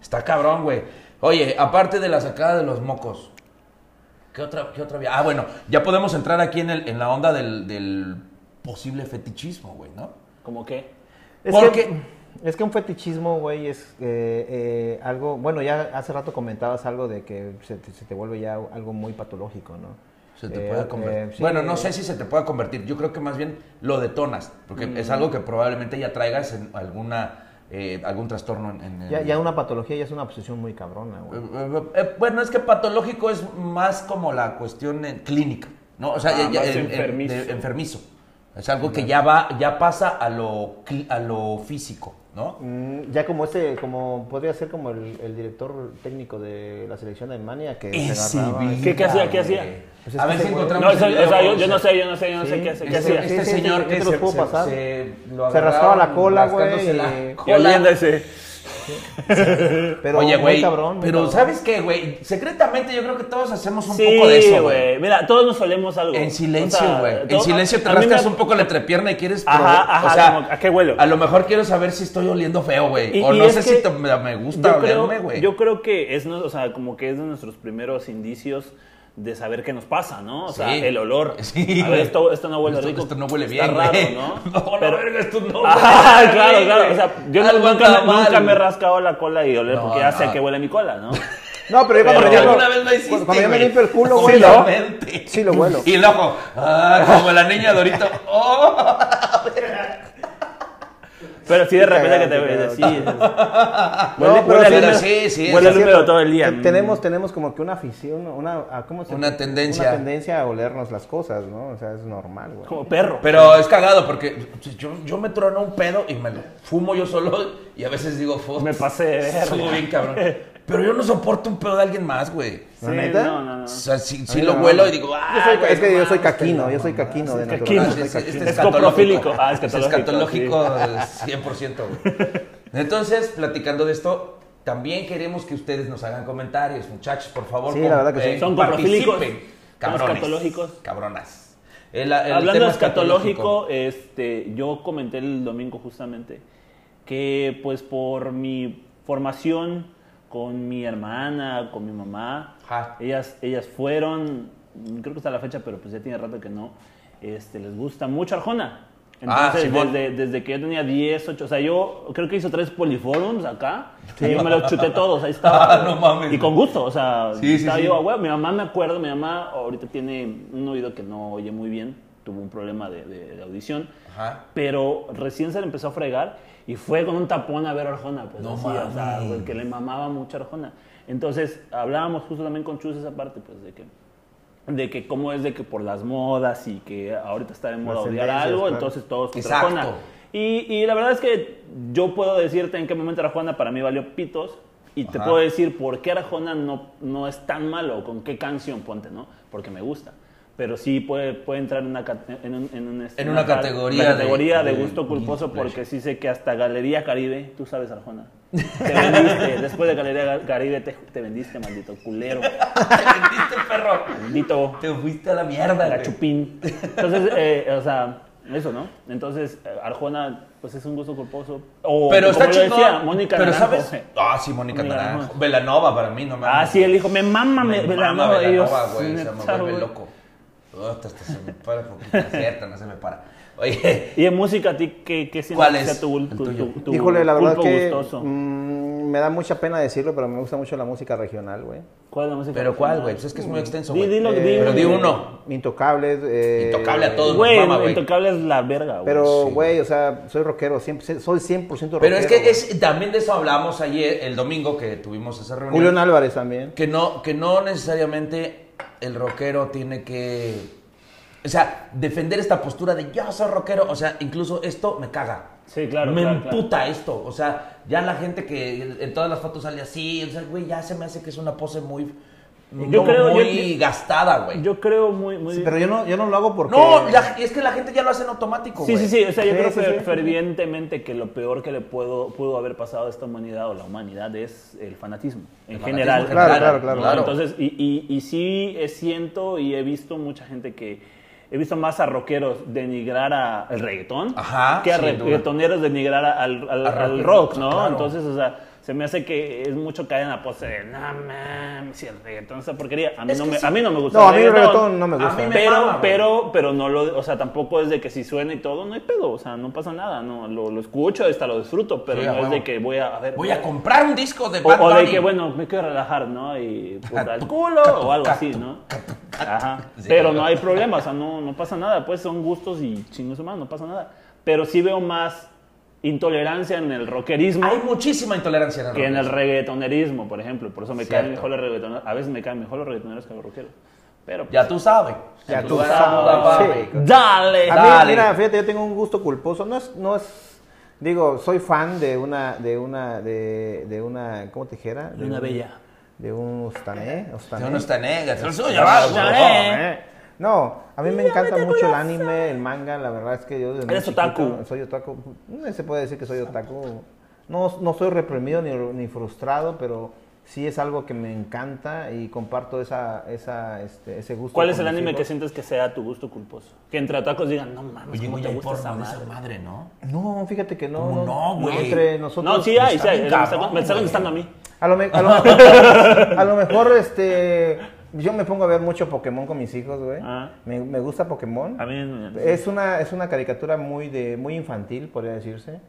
S2: Está cabrón, güey. Oye, aparte de la sacada de los mocos. ¿Qué otra, qué otra vía? Ah, bueno, ya podemos entrar aquí en, el, en la onda del, del posible fetichismo, güey, ¿no?
S4: ¿Cómo qué?
S3: Es
S2: Porque-
S3: que, es que un fetichismo, güey, es eh, eh, algo... Bueno, ya hace rato comentabas algo de que se te, se te vuelve ya algo muy patológico, ¿no?
S2: Se te
S3: Eh,
S2: puede
S3: eh,
S2: convertir.
S3: sí,
S2: bueno,
S3: eh,
S2: no sé si se te puede convertir. Yo creo que más bien lo detonas, porque es algo que probablemente ya traigas en alguna eh, algún trastorno en, en el-
S3: Ya, ya una patología ya es una obsesión muy cabrona,
S2: Eh,
S3: güey.
S2: eh, eh, bueno, es que patológico es más como la cuestión en clínica, ¿no? O sea,
S4: Ah,
S2: ya- ya-
S4: más
S2: en- en-
S4: enfermizo.
S2: de- enfermizo. Es algo que ya va, ya pasa a lo cli- a lo físico, ¿no?
S3: Mm, Ya como ese, como podría ser como el, el director técnico de la selección de Alemania que
S2: Ese
S3: se agarraba.
S2: vida,
S4: ¿Qué- qué hacía, qué
S2: güey.
S4: hacía?
S3: Pues es
S2: a
S3: que
S2: ver si
S3: ese güey-
S2: encontramos.
S4: No, eso-
S2: el video,
S4: o sea, yo,
S2: güey.
S4: yo no sé, yo no sé, yo no sé qué hace. ¿Qué
S3: Ese-
S4: hacía?
S3: ese-
S2: Este señor
S3: sí,
S2: que
S3: sí,
S2: se,
S3: sí, puedo
S2: se-
S3: pasar.
S2: se- lo
S3: Se raspaba
S2: agarraban
S3: la cola, güey,
S2: rascándose la
S3: y-
S2: cola.
S4: Oliéndose.
S2: Pero Oye, güey, pero ¿sabes qué, güey? Secretamente yo creo que todos hacemos un
S7: Sí,
S2: poco de eso, güey.
S7: güey. Mira, todos nos solemos algo.
S2: En silencio,
S7: O sea,
S2: güey. en
S7: todos-
S2: silencio te
S7: a mí me
S2: rascas
S7: ha-
S2: un poco la entrepierna y quieres...
S7: Ajá,
S2: probar.
S7: ajá,
S2: o sea,
S7: como, ¿a qué huelo?
S2: A lo mejor quiero saber si estoy oliendo feo, güey.
S7: Y-
S2: O
S7: y
S2: no
S7: es
S2: sé
S7: que
S2: si te- me, me gusta
S7: yo creo-
S2: olerme, güey.
S7: Yo creo que es, no- o sea, como que es de nuestros primeros indicios de saber qué nos pasa, ¿no? O sea,
S2: Sí.
S7: el olor.
S2: Sí,
S7: a ver,
S2: güey.
S7: esto, esto no huele
S2: Esto-
S7: rico.
S2: esto no huele
S7: Está
S2: bien,
S7: raro,
S2: güey.
S7: ¿no?
S2: No, la verga, esto no huele
S7: Ah,
S2: bien,
S7: claro,
S2: güey.
S7: claro. O sea, yo no-
S2: Algo
S7: nunca,
S2: anda mal,
S7: nunca me he
S2: güey.
S7: rascado la cola y oler porque
S2: No,
S7: ya
S2: no.
S7: sé que huele mi cola, ¿no?
S3: No, pero yo cuando
S7: Pero-
S3: me
S7: ¿Alguna
S2: vez lo
S3: limpio-
S2: hiciste,
S3: cuando yo me
S2: güey?
S3: limpio el culo, güey.
S2: Sí,
S3: ¿no?
S2: Obviamente.
S3: Sí, lo huelo.
S2: Y el ojo, ah, como la niña Oh. Dorito.
S7: Pero sí, de repente que
S3: Qué
S7: te ves
S3: cagado,
S7: así.
S3: qué
S7: cagado.
S3: No,
S7: Huele,
S3: pero
S7: huele
S3: sí,
S7: a húmedo.
S2: sí, sí,
S7: Huele
S2: sí,
S7: a húmedo
S2: cierto.
S7: todo el día. mm,
S3: Te-
S2: mm.
S3: Tenemos, tenemos como que una afición, una, a- ¿cómo se
S2: Una
S3: dice?
S2: tendencia.
S3: Una tendencia a olernos las cosas, ¿no? O sea, es normal, güey.
S7: Como perro.
S2: Pero es cagado porque yo, yo me trono un pedo y me lo fumo yo solo y a veces digo, "Fuck,
S7: Me pasé de verga".
S2: Estuvo bien cabrón. Pero yo no soporto un pedo de alguien más, güey.
S7: Sí,
S3: ¿La neta?
S7: no, no, no.
S2: O sea, si,
S3: A mí
S2: lo
S3: no,
S2: vuelo
S3: no.
S2: y digo,
S3: Yo
S2: ah,
S3: soy-
S2: güey,
S3: es que
S2: no
S3: yo soy
S2: mames,
S3: caquino,
S2: güey,
S3: yo soy
S2: no
S3: caquino
S2: mames,
S3: de
S2: es caquino.
S3: naturaleza,
S2: Este-
S3: soy
S2: este
S3: caquino.
S2: es
S7: Escoprofílico.
S2: escatológico.
S7: Ah,
S2: Es
S7: escatológico,
S2: escatológico 100%, güey. Entonces, platicando de esto, también queremos que ustedes nos hagan comentarios, muchachos, por favor.
S3: Sí, la verdad que sí.
S7: Son coprofílicos,
S2: participen,
S7: son
S2: cabrones,
S7: escatológicos.
S2: Cabronas. El- el
S7: Hablando
S2: tema
S7: de escatológico, este, yo comenté el domingo justamente que pues por mi formación con mi hermana, con mi mamá,
S2: Ajá.
S7: ellas, ellas fueron, creo que está la fecha, pero pues ya tiene rato que no, este, les gusta mucho Arjona.
S2: Ah,
S7: Entonces,
S2: Simón.
S7: desde, desde que yo tenía 10, 8, o sea, yo creo que hizo tres poliforums acá, y yo me los chuté todos, ahí estaba.
S2: Ah, no mames.
S7: Y con gusto, o sea,
S2: Sí, sí,
S7: estaba
S2: sí.
S7: yo a huevo. Mi mamá me acuerdo, mi mamá ahorita tiene un oído que no oye muy bien, tuvo un problema de, de- de audición,
S2: Ajá.
S7: pero recién se le empezó a fregar y fue con un tapón a ver Arjona, pues
S2: No
S7: así, o sea,
S2: mames.
S7: porque le mamaba mucho Arjona. Entonces, hablábamos justo también con Chus esa parte, pues, de que de que cómo es de que por las modas y que ahorita está de moda
S3: Las
S7: odiar
S3: tendencias,
S7: algo,
S3: claro.
S7: entonces todos contra
S2: Exacto.
S7: Arjona. Y, y la verdad es que yo puedo decirte en qué momento Arjona para mí valió pitos y te
S2: Ajá.
S7: puedo decir por qué Arjona no, no es tan malo, con qué canción ponte, ¿no? Porque me gusta. Pero sí puede, puede entrar en una, cate- en un- en un-
S2: En una categoría
S7: la
S2: de-
S7: categoría de,
S2: de
S7: gusto culposo
S2: guilty pleasure.
S7: porque sí sé que hasta Galería Caribe, tú sabes Arjona, te vendiste, después de Galería Caribe te, te vendiste, maldito culero,
S2: Vendiste, perro.
S7: maldito
S2: Te fuiste a la mierda,
S7: la
S2: güey.
S7: chupín. Entonces, eh, o sea, eso, ¿no? Entonces, eh, Arjona, pues es un gusto culposo. O,
S2: Pero
S7: como
S2: está
S7: yo
S2: chingón.
S7: decía, Mónica
S2: Pero
S7: Naranjo. eh.
S2: sabes. Ah, sí, Mónica
S7: Mónica
S2: Naranjo.
S7: Naranjo.
S2: Velanova para mí, no mames.
S7: Ah, sí, él dijo, me mama, me, me la
S2: mama
S7: amo, ellos.
S2: Velanova, güey. Se me
S7: neta,
S2: vuelve
S7: güey.
S2: loco. Oh, hasta hasta se me para poquito. es Cierto, no se me para. Oye,
S7: Y en música, ¿a ti qué, qué sientes
S2: ¿Cuál
S7: que
S2: es
S7: sea tu,
S2: el
S7: tu,
S2: tuyo?
S7: tu- tu
S3: Híjole, la verdad
S7: culto
S3: que
S7: gustoso?
S3: mm, me da mucha pena decirlo, pero me gusta mucho la música regional, güey. Eh,
S7: ¿Cuál es la música?
S2: pero ¿cuál,
S7: regional?
S2: güey? Pues es que es muy extenso,
S7: Di-
S2: güey. Eh,
S7: dilo, di
S2: Pero
S7: uno.
S2: di uno.
S3: Intocables. eh,
S2: Intocable a todos.
S7: Güey,
S2: nos mama, güey.
S7: Intocable es la verga, güey.
S3: Pero,
S2: Sí.
S3: güey, o sea, soy rockero, siempre, soy 100% rockero.
S2: Pero es
S3: güey.
S2: que es, también de eso hablamos ayer, el domingo que tuvimos esa reunión.
S3: Julián Álvarez también.
S2: Que no, que no necesariamente el rockero tiene que. O sea, defender esta postura de yo soy rockero. O sea, incluso esto me caga.
S7: Sí, claro,
S2: Me
S7: claro, claro.
S2: emputa esto. O sea, ya la gente que en todas las fotos sale así. O sea, güey, ya se me hace que es una pose muy.
S7: Yo
S2: como
S7: creo- yo-
S2: muy gastada, güey.
S7: Yo creo muy, muy
S3: Sí, pero yo no, yo no lo hago porque...
S2: No, la- es que la gente ya lo hace en automático,
S7: Sí,
S2: güey.
S7: sí, sí. O sea, yo
S3: Sí,
S7: creo
S3: sí,
S7: fer-
S3: sí.
S7: fervientemente que lo peor que le puedo, pudo haber pasado a esta humanidad o la humanidad es el fanatismo en
S2: El fanatismo
S7: general.
S2: general,
S7: en general,
S3: claro, claro,
S7: ¿no?
S2: claro.
S7: Entonces, y, y, y sí eh, siento y he visto mucha gente que. He visto más a rockeros denigrar a- al reggaetón
S2: Ajá,
S7: que a
S2: sin
S7: re-
S2: duda.
S7: reggaetoneros denigrar a- al, al-
S2: A rockers,
S7: al rock, ¿no?
S2: claro.
S7: Entonces, o sea, se me hace que es mucho caer en la pose de, no mames, si el reggaetón esa porquería. A mí,
S2: Es
S7: no
S2: que
S7: me,
S2: sí.
S7: a mí no me gusta.
S3: No, a mí el reggaetón no me
S2: A
S3: gusta.
S2: mí me
S7: Pero,
S2: mama, güey.
S7: pero, pero no lo, o sea, tampoco es de que si suena y todo, no hay pedo, o sea, no pasa nada, no, lo, lo escucho, hasta lo disfruto, pero
S2: Sí, a
S7: no es
S2: huevo.
S7: de que voy a, a ver,
S2: Voy a comprar un disco de
S7: o,
S2: Bad
S7: o de
S2: Bunny.
S7: que, bueno, me quiero relajar, ¿no? Y puta, el
S2: Catu,
S7: culo
S2: catu,
S7: o algo
S2: catu,
S7: así, ¿no? Ajá.
S2: Sí,
S7: Pero
S2: claro.
S7: no hay problema, o sea, no, no pasa nada, pues son gustos y chingos humanos, no pasa nada. Pero sí veo más intolerancia en el rockerismo
S2: Hay muchísima intolerancia en el
S7: que en el
S2: rock.
S7: reggaetonerismo, por ejemplo. Por eso me caen
S2: Cierto.
S7: mejor los reggaetoneros, a veces me caen mejor los reggaetoneros que los rockeros. Pero pues,
S2: Ya tú sabes.
S3: Ya
S2: Tu
S3: tú
S2: barba,
S3: sabes,
S2: papi.
S3: sí.
S7: Dale.
S3: A mí,
S2: Dale.
S3: mira, fíjate, yo tengo un gusto culposo. No es, no es, digo, soy fan de una, de una, de, de una, ¿cómo te dijera?
S7: De una
S3: un-
S7: bella.
S3: De un ostané,
S2: Yo no está negra, yo soy
S7: Ostané.
S3: Eh, No, a mí me encanta mucho el anime, el manga, la verdad es que yo desde muy
S7: Eres otaku.
S3: Soy otaku. No se puede decir que soy otaku. No, no soy reprimido ni, ni frustrado, pero sí es algo que me encanta y comparto esa, esa, este, ese gusto.
S4: ¿Cuál
S3: con
S4: es el
S3: mis
S4: anime
S3: hijos.
S4: que sientes que sea tu gusto culposo? Que entre tacos digan, no mames,
S2: Oye,
S4: ¿cómo
S2: güey,
S4: te
S2: hay
S4: gusta esa
S2: porno de
S4: madre?
S2: esa madre, ¿no?
S3: No, fíjate que no.
S2: ¿Cómo no, güey?
S3: entre nosotros.
S4: No, sí hay, sí
S3: Está
S4: hay.
S3: bien
S4: Me está-
S3: cabrón,
S4: me está
S3: güey.
S4: contestando a mí.
S3: A lo, me- a lo mejor, a lo mejor, este, yo me pongo a ver mucho Pokémon con mis hijos, güey. Me, me gusta Pokémon.
S4: Ah. A mí
S3: Es una, es una caricatura muy, de, muy infantil, podría decirse.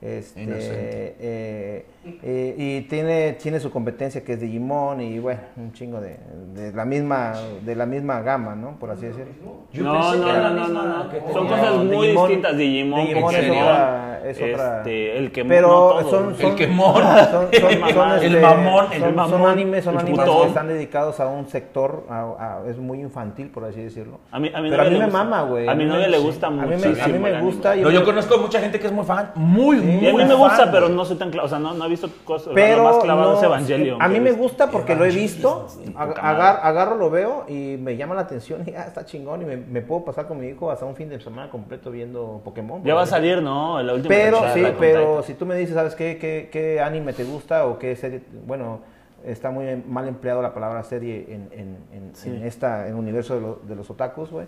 S3: Este,
S2: Inocente.
S3: eh, eh, y tiene, tiene su competencia que es Digimon y bueno, un chingo de, de la misma de la misma gama, ¿no? Por así decirlo.
S4: Yo No, pensé que no, era la no, no, misma no. que Son tenía- cosas muy distintas, Digimon,
S3: es
S4: Pokémon,
S3: otra, es otra-
S4: este, el que-
S3: Pero
S4: no todos,
S3: son,
S4: güey.
S3: son-
S4: El quemón.
S3: son- son-
S4: El
S3: son,
S4: mamón.
S3: este,
S4: El mamón,
S3: son-
S4: el
S3: son
S4: mamón,
S3: animes, son
S4: el
S3: animes
S4: putón.
S3: que están dedicados a un sector, a- a- es muy infantil, por así decirlo.
S4: A mí, a mi
S3: Pero a
S4: novia
S3: mí
S4: le
S3: me
S4: gusta-
S3: mama, güey.
S4: A mi novia le
S3: Sí.
S4: gusta
S3: A mí me- a mí
S4: muchísimo.
S3: me
S4: el anime.
S3: gusta, yo
S2: No, yo conozco mucha gente que es muy fan, muy,
S4: Y
S2: muy
S4: a mí me
S2: fan,
S4: gusta,
S2: güey.
S4: pero no soy tan clavado. O sea, no, no he visto cosas.
S3: Pero
S4: Pero más clavado
S3: no,
S4: es Evangelion.
S3: a mí
S4: que
S3: me
S4: he visto.
S3: gusta porque lo he visto, ag-
S4: poca madre.
S3: agar- agarro, lo veo y me llama la atención y ah, está chingón y me, me puedo pasar con mi hijo hasta un fin de semana completo viendo Pokémon.
S4: Ya va a
S3: por ejemplo.
S4: salir, ¿no? La última
S3: Pero
S4: temporada
S3: sí,
S4: de Attack on
S3: pero si tú me dices, ¿sabes qué, qué, qué anime te gusta o qué serie? Bueno, está muy mal empleado la palabra serie en, en, en-
S4: Sí.
S3: en esta, en el universo de, lo- de los otakus, güey.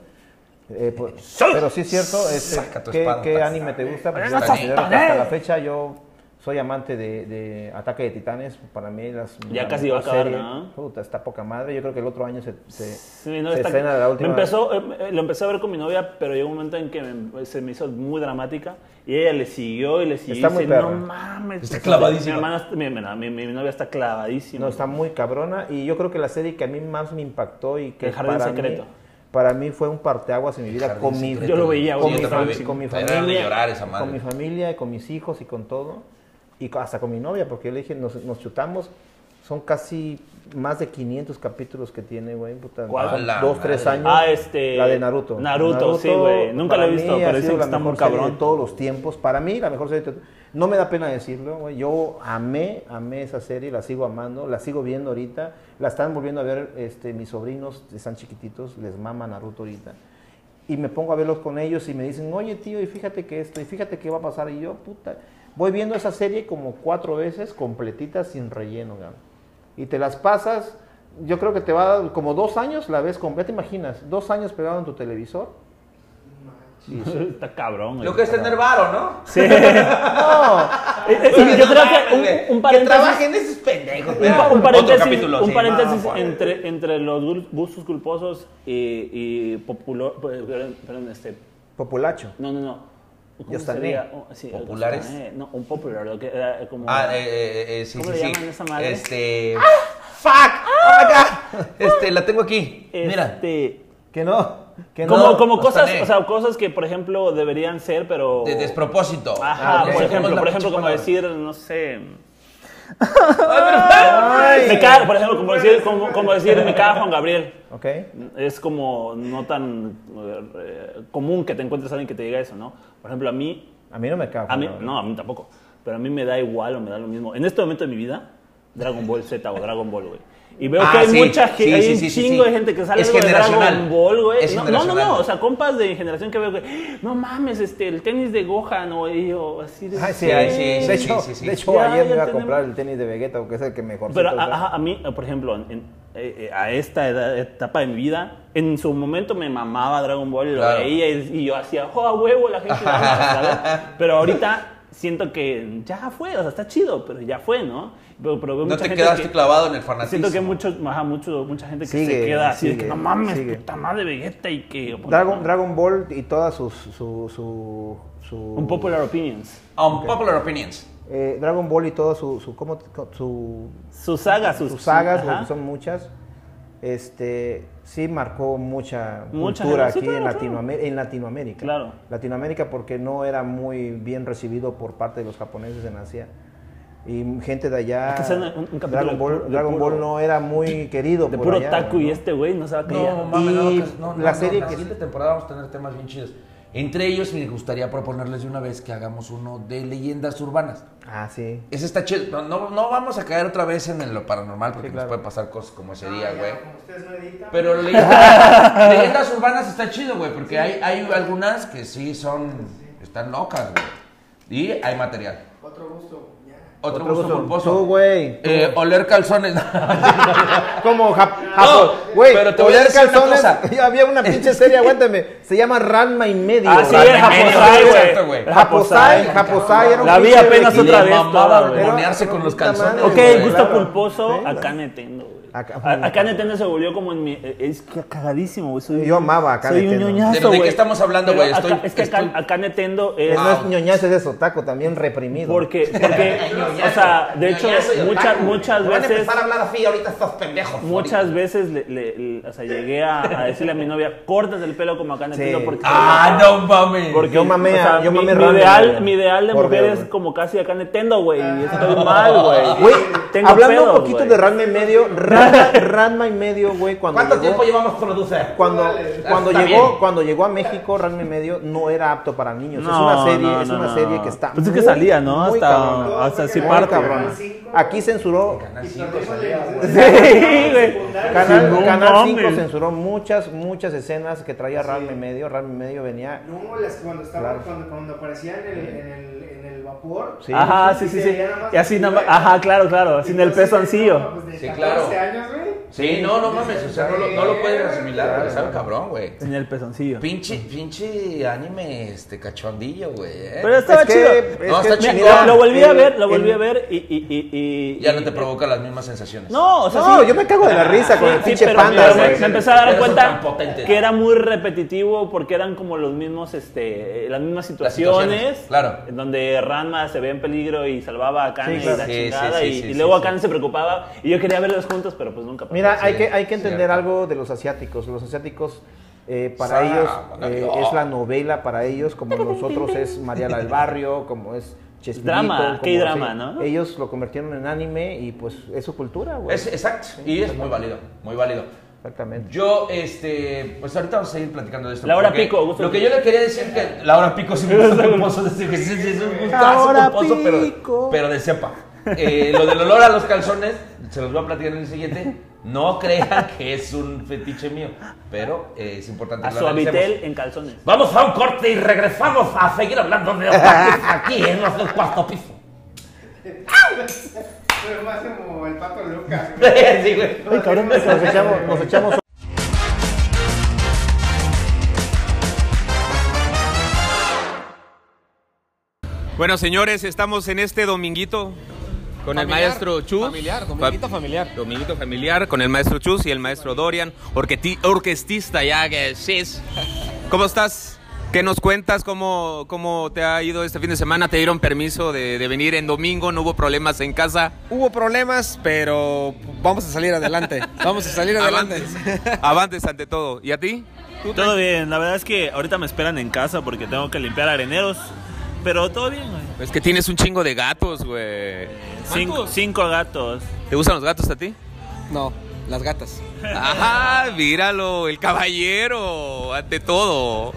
S3: Eh, pues, pero sí es cierto, este,
S2: Saca tu
S3: ¿qué,
S2: espada,
S3: qué
S2: Tarzán.
S3: anime te gusta? Pues
S2: Oye,
S3: yo
S2: no
S3: considero
S2: seas
S3: que hasta
S2: tan-
S3: la fecha yo soy amante de, de Ataque de Titanes. Para mí, las.
S4: Ya
S3: la
S4: casi va a
S3: mejor
S4: acabar, ¿no?
S3: Puta, está poca madre. Yo creo que el otro año se, se,
S4: Sí, no,
S3: se
S4: está-
S3: estrena la última.
S4: me empezó, eh, eh, lo empecé a ver con mi novia, pero llegó un momento en que me- se me hizo muy dramática y ella le siguió y le siguió.
S3: Está
S4: y
S3: muy
S4: dice, no
S3: perra.
S4: mames.
S2: Está clavadísima.
S4: Mi, hermana está- mi, mi- mi- mi novia está clavadísima.
S3: No, está muy cabrona. Y yo creo que la serie que a mí más me impactó y que
S4: El Jardín
S3: para
S4: Secreto.
S3: Mí, para mí fue un parteaguas en mi vida
S2: Jardín
S3: con mi,
S2: Secreto.
S4: Yo lo veía,
S3: con,
S4: güey,
S3: mi,
S4: yo también
S3: fami- con mi
S2: me- me daban
S3: familia,
S2: de llorar esa madre.
S3: con mi familia, con mis hijos y con todo. Y co- hasta con mi novia, porque yo le dije, nos, nos chutamos. Son casi más de 500 capítulos que tiene, güey. puta,
S4: ¿Cuál?
S3: son
S4: A la
S3: Dos, tres
S2: madre.
S3: años.
S4: Ah, este,
S3: La de Naruto.
S4: Naruto, sí, güey. Nunca
S3: para
S4: la he visto,
S3: mí
S4: pero
S3: ha
S4: dicen
S3: sido
S4: que
S3: la
S4: está muy
S3: mejor serie
S4: cabrón.
S3: de todos los tiempos. Para mí, la mejor serie de to- No me da pena decirlo, güey. Yo amé, amé esa serie, la sigo amando, la sigo viendo ahorita. La están volviendo a ver este, mis sobrinos, están chiquititos, les mama Naruto ahorita. Y me pongo a verlos con ellos y me dicen, oye tío, y fíjate que esto, y fíjate qué va a pasar. Y yo, puta, voy viendo esa serie como cuatro veces, completita, sin relleno, güey. Y te las pasas, yo creo que te va a dar como dos años, la ves completa, ¿te imaginas? Dos años pegado en tu televisor. Y-
S4: está cabrón. güey.
S2: Lo que es tener varo, ¿no?
S4: Sí.
S3: No,
S4: Eh, eh,
S2: Oye,
S4: yo
S2: no
S4: creo
S2: mames,
S4: que un,
S2: güey,
S4: un
S2: Que
S4: paréntesis,
S2: trabajen esos pendejos.
S4: un, pa- un
S2: Otro
S4: paréntesis,
S2: capítulo,
S4: un
S2: sí.
S4: paréntesis
S2: No,
S4: entre, entre los gul- gustos culposos y, y popular, perdón, perdón, este,
S3: Populacho.
S4: no, no, no. ¿Cómo
S3: Yostané.
S4: sería? Oh, sí,
S2: ¿Populares?
S4: Yostané. No, un popular, lo que era como...
S2: Ah, eh, eh, eh, sí,
S4: ¿Cómo
S2: sí,
S4: le
S2: sí.
S4: llaman esa madre?
S2: Este. ¡Fuck! ¡Oh my god! Este, la tengo aquí. Mira.
S4: Este,
S3: que no, que no.
S4: como como
S2: no
S4: cosas,
S2: estaré.
S4: o sea, cosas que por ejemplo deberían ser, pero
S2: De despropósito.
S4: Ajá,
S2: Ah,
S4: por
S2: ok.
S4: ejemplo, por ejemplo, como
S2: Palabra.
S4: decir, no sé,
S2: Ay,
S4: me caga, por ejemplo, como decir, como, como decir, me caga Juan Gabriel.
S3: Ok.
S4: Es como no tan eh, común que te encuentres a alguien que te diga eso, ¿no? Por ejemplo, a mí
S3: A mí no me cago.
S4: a mí, no, a mí tampoco. Pero a mí me da igual o me da lo mismo. En este momento de mi vida, Dragon Ball Z o Dragon Ball, güey. Y veo
S2: Ah,
S4: que hay
S2: sí,
S4: mucha
S2: sí,
S4: gente, hay
S2: sí,
S4: un
S2: sí, sí,
S4: chingo
S2: sí.
S4: de gente que sale
S2: Es
S4: algo de
S2: generacional.
S4: Dragon Ball, güey.
S2: Es
S4: No, no, no, no,
S2: generacional.
S4: o sea, compas de mi generación que veo que, no mames, este, el tenis de Gohan o y- o así de...
S3: Ay, sí,
S2: Sí,
S3: ay,
S2: sí,
S3: de
S2: sí,
S3: hecho,
S2: sí, sí.
S3: de hecho
S4: Ya,
S3: ayer
S4: ya
S3: me iba a
S4: tenemos.
S3: comprar el tenis de Vegeta, porque es el que mejor
S4: Pero
S3: siento,
S4: a,
S3: o sea.
S4: a- a mí, por ejemplo, en- en- eh, eh, a esta edad- etapa de mi vida, en su momento me mamaba Dragon Ball y lo
S2: Claro.
S4: veía y, y yo hacía, ¡oh, a huevo! La gente lo ama", ¿sabes? Pero ahorita siento que ya fue, o sea, está chido, pero ya fue, ¿no? Pero, pero veo
S2: No
S4: mucha
S2: te
S4: gente
S2: quedaste
S4: que-
S2: clavado en el fanatismo.
S4: Siento que mucho, ajá, mucho, mucha gente que se
S3: Sigue,
S4: queda así de que
S3: sigue,
S4: no mames,
S3: sigue.
S4: puta madre Vegeta y que.
S3: Dragon, Dragon Ball y todas sus... Su, su, su-
S4: Un popular opinions.
S2: Unpopular opinions.
S3: eh, Dragon Ball y todo su... su, ¿cómo te- su
S4: Sus sagas, sus,
S3: sus, sagas,
S4: ajá.
S3: güey, que son muchas. Este, sí marcó mucha,
S4: Mucha
S3: cultura aquí
S4: gente, sí,
S3: en,
S4: claro, claro.
S3: Latinoamer- en Latinoamérica.
S4: Claro.
S3: Latinoamérica porque no era muy bien recibido por parte de los japoneses en Asia. Y gente de allá,
S4: Es que sea un- un capítulo
S3: Dragon,
S4: de
S3: Ball,
S4: puro- de
S3: Dragon Ball
S4: puro-
S3: no era muy querido
S4: De
S3: por
S4: puro
S3: allá,
S4: taco y
S3: ¿no?
S4: este güey no se va a callar.
S2: No, mames, no,
S3: Y
S2: que- no, no,
S3: la
S2: no,
S3: serie
S2: la
S3: que-
S2: siguiente temporada vamos a tener temas bien chidos. Entre ellos, me gustaría proponerles de una vez que hagamos uno de leyendas urbanas.
S3: Ah, sí.
S2: Ese está chido. No, no, no vamos a caer otra vez en lo paranormal porque
S3: Sí, claro.
S2: nos puede pasar cosas como ese día,
S12: Ah, ya,
S2: güey.
S12: como ustedes no editan.
S2: Pero leyendas, leyendas urbanas está chido, güey, porque hay, hay algunas que sí son. están locas, güey. Y hay material.
S12: Otro gusto, ya.
S2: Otro,
S3: Otro
S2: gusto,
S3: gusto.
S2: culposo.
S3: Tú, güey.
S2: Eh, oler calzones.
S3: Como
S2: No,
S3: Güey,
S2: pero te voy a
S3: oler
S2: decir una
S3: calzones,
S2: cosa.
S3: Había una pinche serie, aguántame. Se llama Ranma y medio.
S4: Ah, sí,
S3: Ranma y
S4: el Japosai,
S3: Medio.
S4: güey.
S3: Exacto,
S4: El
S3: Japosai,
S4: Japosai.
S3: Japosai era un
S4: La vi
S3: pinche
S4: apenas
S3: viejito.
S4: otra vez.
S2: mamaba
S4: toda, güey.
S2: monearse con los calzones.
S4: Ok,
S2: güey.
S4: gusto
S2: Claro.
S4: culposo, acá Netendo, güey. A- Acá Netendo se volvió como en mi... eh, Es que cagadísimo, güey. Soy,
S3: Yo amaba Acá
S4: Soy un
S3: Nintendo.
S4: ñoñazo,
S2: ¿De- de qué
S4: güey.
S2: estamos hablando,
S4: Pero
S2: güey? Estoy-
S4: acá- Es que acá, acá Netendo
S3: Eh,
S4: es...
S3: No es ñoñazo, es de sotaco, también reprimido.
S4: Porque, porque o sea, de hecho,
S3: Ñoñazo y
S4: muchas,
S3: otaku.
S4: muchas
S3: Me
S4: veces...
S3: Van a empezar a hablar así, ahorita estos pendejos.
S4: Muchas veces le, le- le- o sea, llegué a, a decirle a mi novia, córtate el pelo como acá en el
S3: Sí.
S4: pelo porque...
S2: Ah, no mames.
S4: Porque
S3: Yo mamé
S4: o sea,
S3: a- yo
S4: mi-
S3: mamé
S4: mi,
S3: ramen,
S4: ideal,
S3: güey.
S4: mi ideal de
S3: Por
S4: mujer
S3: Dios,
S4: es
S3: güey. Ah.
S4: como casi acá Nintendo, güey. Y estoy mal, güey.
S3: Güey,
S4: Tengo
S3: hablando
S4: pedos,
S3: un poquito
S4: güey.
S3: de Ranma y medio, Ranma, Ranma y medio, güey, cuando
S2: ¿Cuánto
S3: llegó-
S2: tiempo llevamos producer?
S3: Cuando, cuando,
S2: Está
S3: llegó,
S2: bien.
S3: cuando llegó a México, Ranma y medio no era apto para niños. es
S4: No,
S3: una serie,
S4: no,
S3: es
S4: no,
S3: una
S4: no.
S3: serie que está.
S4: Pues es que
S3: muy,
S4: salía, ¿no?
S3: muy
S4: Hasta-
S3: cabrona.
S4: hasta sí
S3: Muy
S4: parte.
S3: cabrona. Aquí censuró.
S4: Sí, güey.
S3: Canal,
S4: Sí, no
S3: Canal 5
S4: mames.
S3: censuró muchas, muchas escenas que traía Ranma y medio. Ranma y medio venía.
S12: No, las- cuando, estaba,
S3: Claro.
S12: cuando, cuando aparecía en el, en el, en el vapor.
S3: Sí.
S4: Ajá,
S12: y
S4: sí, sí,
S12: se
S4: sí.
S12: veía nada más
S4: Y así
S12: el
S4: nada más-
S12: silueta.
S4: Ajá, claro, claro. Sin el pezoncillo.
S12: Pues de
S2: Sí,
S12: 14
S2: claro.
S12: años, güey.
S2: Sí, no, no mames. O sea, no lo, no lo puedes asimilar, güey. Sabe cabrón, güey.
S4: Sin el pezoncillo.
S2: Pinche, pinche anime este cachondillo, güey. ¿eh?
S4: Pero estaba
S3: Es que-
S4: chido.
S2: No, está
S4: Mira,
S2: chingón.
S4: lo, lo volví a
S3: El-
S4: ver, lo volví
S3: el-
S4: a ver y... y, y, y-
S2: Ya no
S4: y-
S2: te provoca las mismas sensaciones.
S4: No, o sea,
S3: No,
S4: sí.
S3: yo me cago de la risa con
S4: Sí,
S3: el
S4: Pues, sí,
S3: pinche
S4: pero
S3: panda,
S4: me-
S3: güey.
S4: Me empecé a dar
S2: Pero son
S4: cuenta
S2: tan potentes.
S4: que era muy repetitivo porque eran como los mismos, este, las mismas situaciones.
S2: situaciones, claro.
S4: En donde Ranma se veía en peligro y salvaba a Kane
S3: Sí, claro.
S4: y la
S2: Sí, sí,
S4: chingada.
S2: sí,
S4: y,
S2: sí,
S4: y
S2: sí,
S4: luego
S2: sí.
S4: a Kane se preocupaba y yo quería verlos juntos, pero pues nunca pasó.
S3: Mira, hay,
S2: Sí,
S3: que, hay que entender
S2: cierto.
S3: algo de los asiáticos. Los asiáticos, eh, para
S2: Sa-
S3: ellos,
S2: bueno,
S3: eh,
S2: no.
S3: es la novela para ellos, como nosotros es Mariala del Barrio, como es Chespirito.
S4: Drama,
S3: como-
S4: qué drama, ¿no?
S3: Ellos lo convirtieron en anime y pues es su cultura, güey.
S2: Es, exacto. Y es muy válido, muy válido.
S3: Exactamente.
S2: Yo, este, pues ahorita vamos a seguir platicando de esto.
S4: La hora
S2: porque
S4: pico, gusto.
S2: Lo que yo le quería decir que la hora pico sí me gusta culposo, sí, sí, sí, es un gustazo
S3: Ahora
S2: culposo,
S3: pico.
S2: pero, pero de cepa. Eh, lo del olor a los calzones, se los voy a platicar en el siguiente. No crean que es un fetiche mío, pero eh, es importante
S4: A
S2: que lo analicemos.
S4: Suavitel en calzones.
S2: Vamos a un corte y regresamos a seguir hablando de otakus aquí en los del cuarto piso.
S12: Pero más como el pato Lucas. güey.
S2: sí, güey.
S3: Ay, cabrón, nos echamos, nos echamos
S5: Bueno, señores, estamos en este dominguito con el maestro Chus. Familiar, dominguito familiar. Dominguito familiar con el maestro Chus y el maestro Dorian, orqueti- orquestista ya que es. ¿Cómo estás? ¿Qué nos cuentas? ¿Cómo, ¿Cómo te ha ido este fin de semana? ¿Te dieron permiso de, de venir en domingo? ¿No hubo problemas en casa?
S6: Hubo problemas, pero vamos a salir adelante. Vamos a salir adelante.
S5: Avantes, avantes ante todo. ¿Y a ti?
S4: Todo bien, la verdad es que ahorita me esperan en casa porque tengo que limpiar areneros. Pero todo bien, güey.
S5: Es que tienes un chingo de gatos, güey.
S4: Cinco, cinco gatos.
S5: ¿Te gustan los gatos a ti?
S6: No, las gatas.
S5: Ajá, míralo, el caballero, ante todo.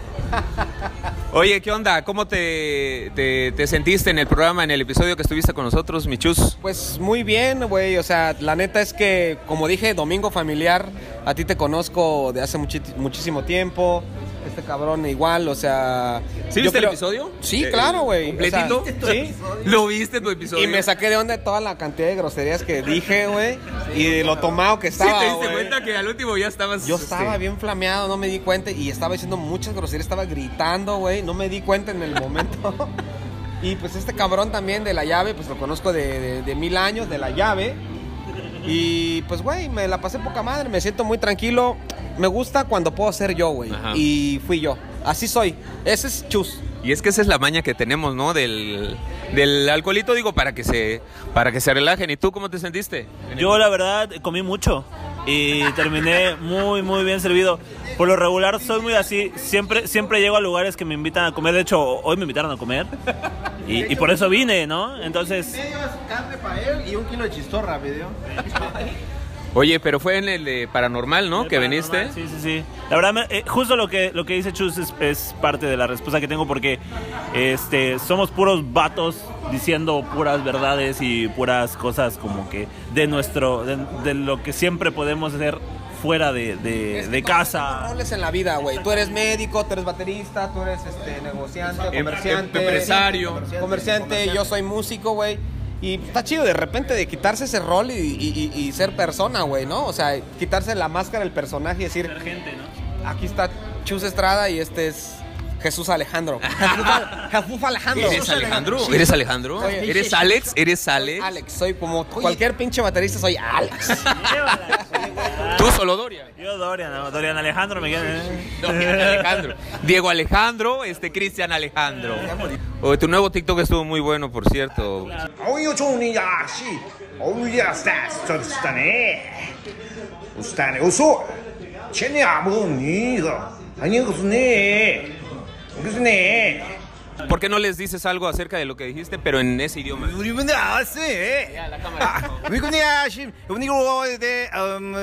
S5: Oye, ¿qué onda? ¿Cómo te, te, te sentiste en el programa, en el episodio que estuviste con nosotros, Michus?
S6: Pues muy bien, güey. O sea, la neta es que, como dije, domingo familiar. A ti te conozco de hace muchi- muchísimo tiempo. Este cabrón igual, o sea.
S5: ¿Sí
S6: yo
S5: viste el
S6: creo-
S5: episodio?
S6: Sí,
S5: Eh,
S6: claro, güey. O sea,
S5: ¿Completito?
S6: sí.
S5: ¿Lo viste tu episodio?
S6: Y me saqué de onda toda la cantidad de groserías que dije, güey. Y de lo tomado que
S5: Sí,
S6: estaba.
S5: te diste
S6: güey.
S5: cuenta que al último ya estabas...
S6: Yo estaba
S5: este,
S6: bien flameado, no me di cuenta y estaba diciendo muchas groserías, estaba gritando, güey, no me di cuenta en el momento. y pues este cabrón también de la llave, pues lo conozco de, de- de mil años, de la llave. Y pues, güey, me la pasé poca madre, me siento muy tranquilo. Me gusta cuando puedo ser yo, güey.
S5: Ajá.
S6: Y fui yo. Así soy. Ese es chus.
S5: Y es que esa es la maña que tenemos, ¿no? Del, del alcoholito, digo, para que, se, para que se relajen. ¿Y tú cómo te sentiste?
S4: Yo la verdad comí mucho y terminé muy muy bien servido. Por lo regular soy muy así, siempre siempre llego a lugares que me invitan a comer, de hecho hoy me invitaron a comer y, y por eso vine, ¿no? Entonces,
S3: carne para él y un kilo de chistorra, video.
S5: Oye, pero fue en el de Paranormal, ¿no? Que viniste.
S4: sí, sí, sí. La verdad, me- eh, justo lo que lo que dice Chus es, es parte de la respuesta que tengo porque este somos puros vatos diciendo puras verdades y puras cosas como que de nuestro de, de lo que siempre podemos hacer fuera de, de-
S6: Es que
S4: de
S6: todos
S4: casa.
S6: tenemos roles en la vida, güey. Tú eres médico, tú eres baterista, tú eres este, negociante,
S5: Em-
S6: comerciante.
S5: em- empresario.
S6: Comerciante, yo soy músico, güey. Y está chido de repente de quitarse ese rol y, y- y- y ser persona, güey, ¿no? O sea, quitarse la máscara, el personaje y decir, aquí está Chus Estrada y este es Jesús Alejandro. Jesús Al- Jesús Alejandro.
S15: ¿Eres Alejandro?
S6: Sí.
S15: ¿Eres Alejandro?
S6: Soy-
S15: ¿Eres Alex? ¿Eres
S6: Soy
S15: Alex?
S6: Alex, soy como cualquier pinche baterista, soy Alex.
S15: ¿Tú solo Dorian?
S16: Yo Dorian, no, Dorian Alejandro, me queda.
S15: Dorian Alejandro. Diego Alejandro, este Cristian Alejandro. O tu nuevo TikTok estuvo muy bueno, por cierto.
S3: oh,
S15: ¿Por qué no les dices algo acerca de lo que dijiste, pero en ese idioma?
S3: ah, oh, eh, um,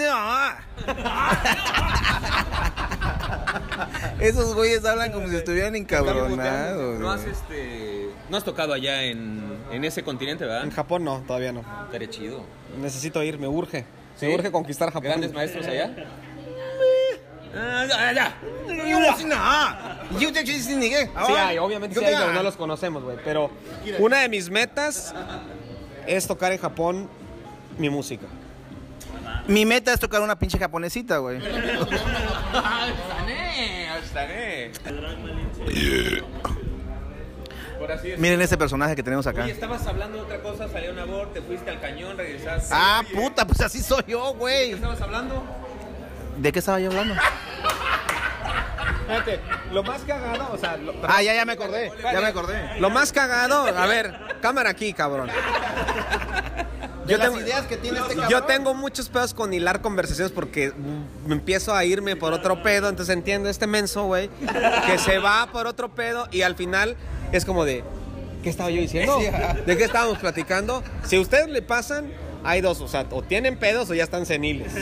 S3: ah. oh, eh. ah.
S6: Esos güeyes hablan como si estuvieran encabronados.
S15: No has, este, no has tocado allá en, en ese continente, ¿verdad?
S6: En Japón no, todavía no.
S15: Estaría chido.
S6: Necesito ir, me urge.
S15: ¿Sí?
S6: Me urge conquistar Japón.
S15: ¿Grandes maestros allá? Eh,
S6: Sí, hay, obviamente sí hay, pero no los conocemos, güey. Pero una de mis metas es tocar en Japón mi música.
S3: Mi meta es tocar una pinche japonesita, güey.
S15: Eh, Por así decirlo.
S3: Miren ese personaje que tenemos acá.
S15: Oye, estabas hablando de otra cosa, salió un aborto, te fuiste al cañón, regresaste.
S3: Ah, puta, pues así soy yo,
S15: ¿De qué
S3: güey.
S15: estabas hablando?
S3: ¿De qué estaba yo hablando?
S6: Espérate, lo más cagado, o sea...
S3: Ah, ya, ya me acordé, ya me acordé.
S6: Lo más cagado, a ver, cámara aquí, cabrón.
S3: De las ideas que tiene este
S6: Yo
S3: cabrón.
S6: tengo muchos pedos con hilar conversaciones porque mm, me empiezo a irme por otro pedo, entonces entiendo este menso, güey, que se va por otro pedo y al final es como de, ¿qué estaba yo diciendo?
S15: Sí, ajá.
S6: ¿De qué estábamos platicando? Si a ustedes le pasan, hay dos, o sea, o tienen pedos o ya están seniles.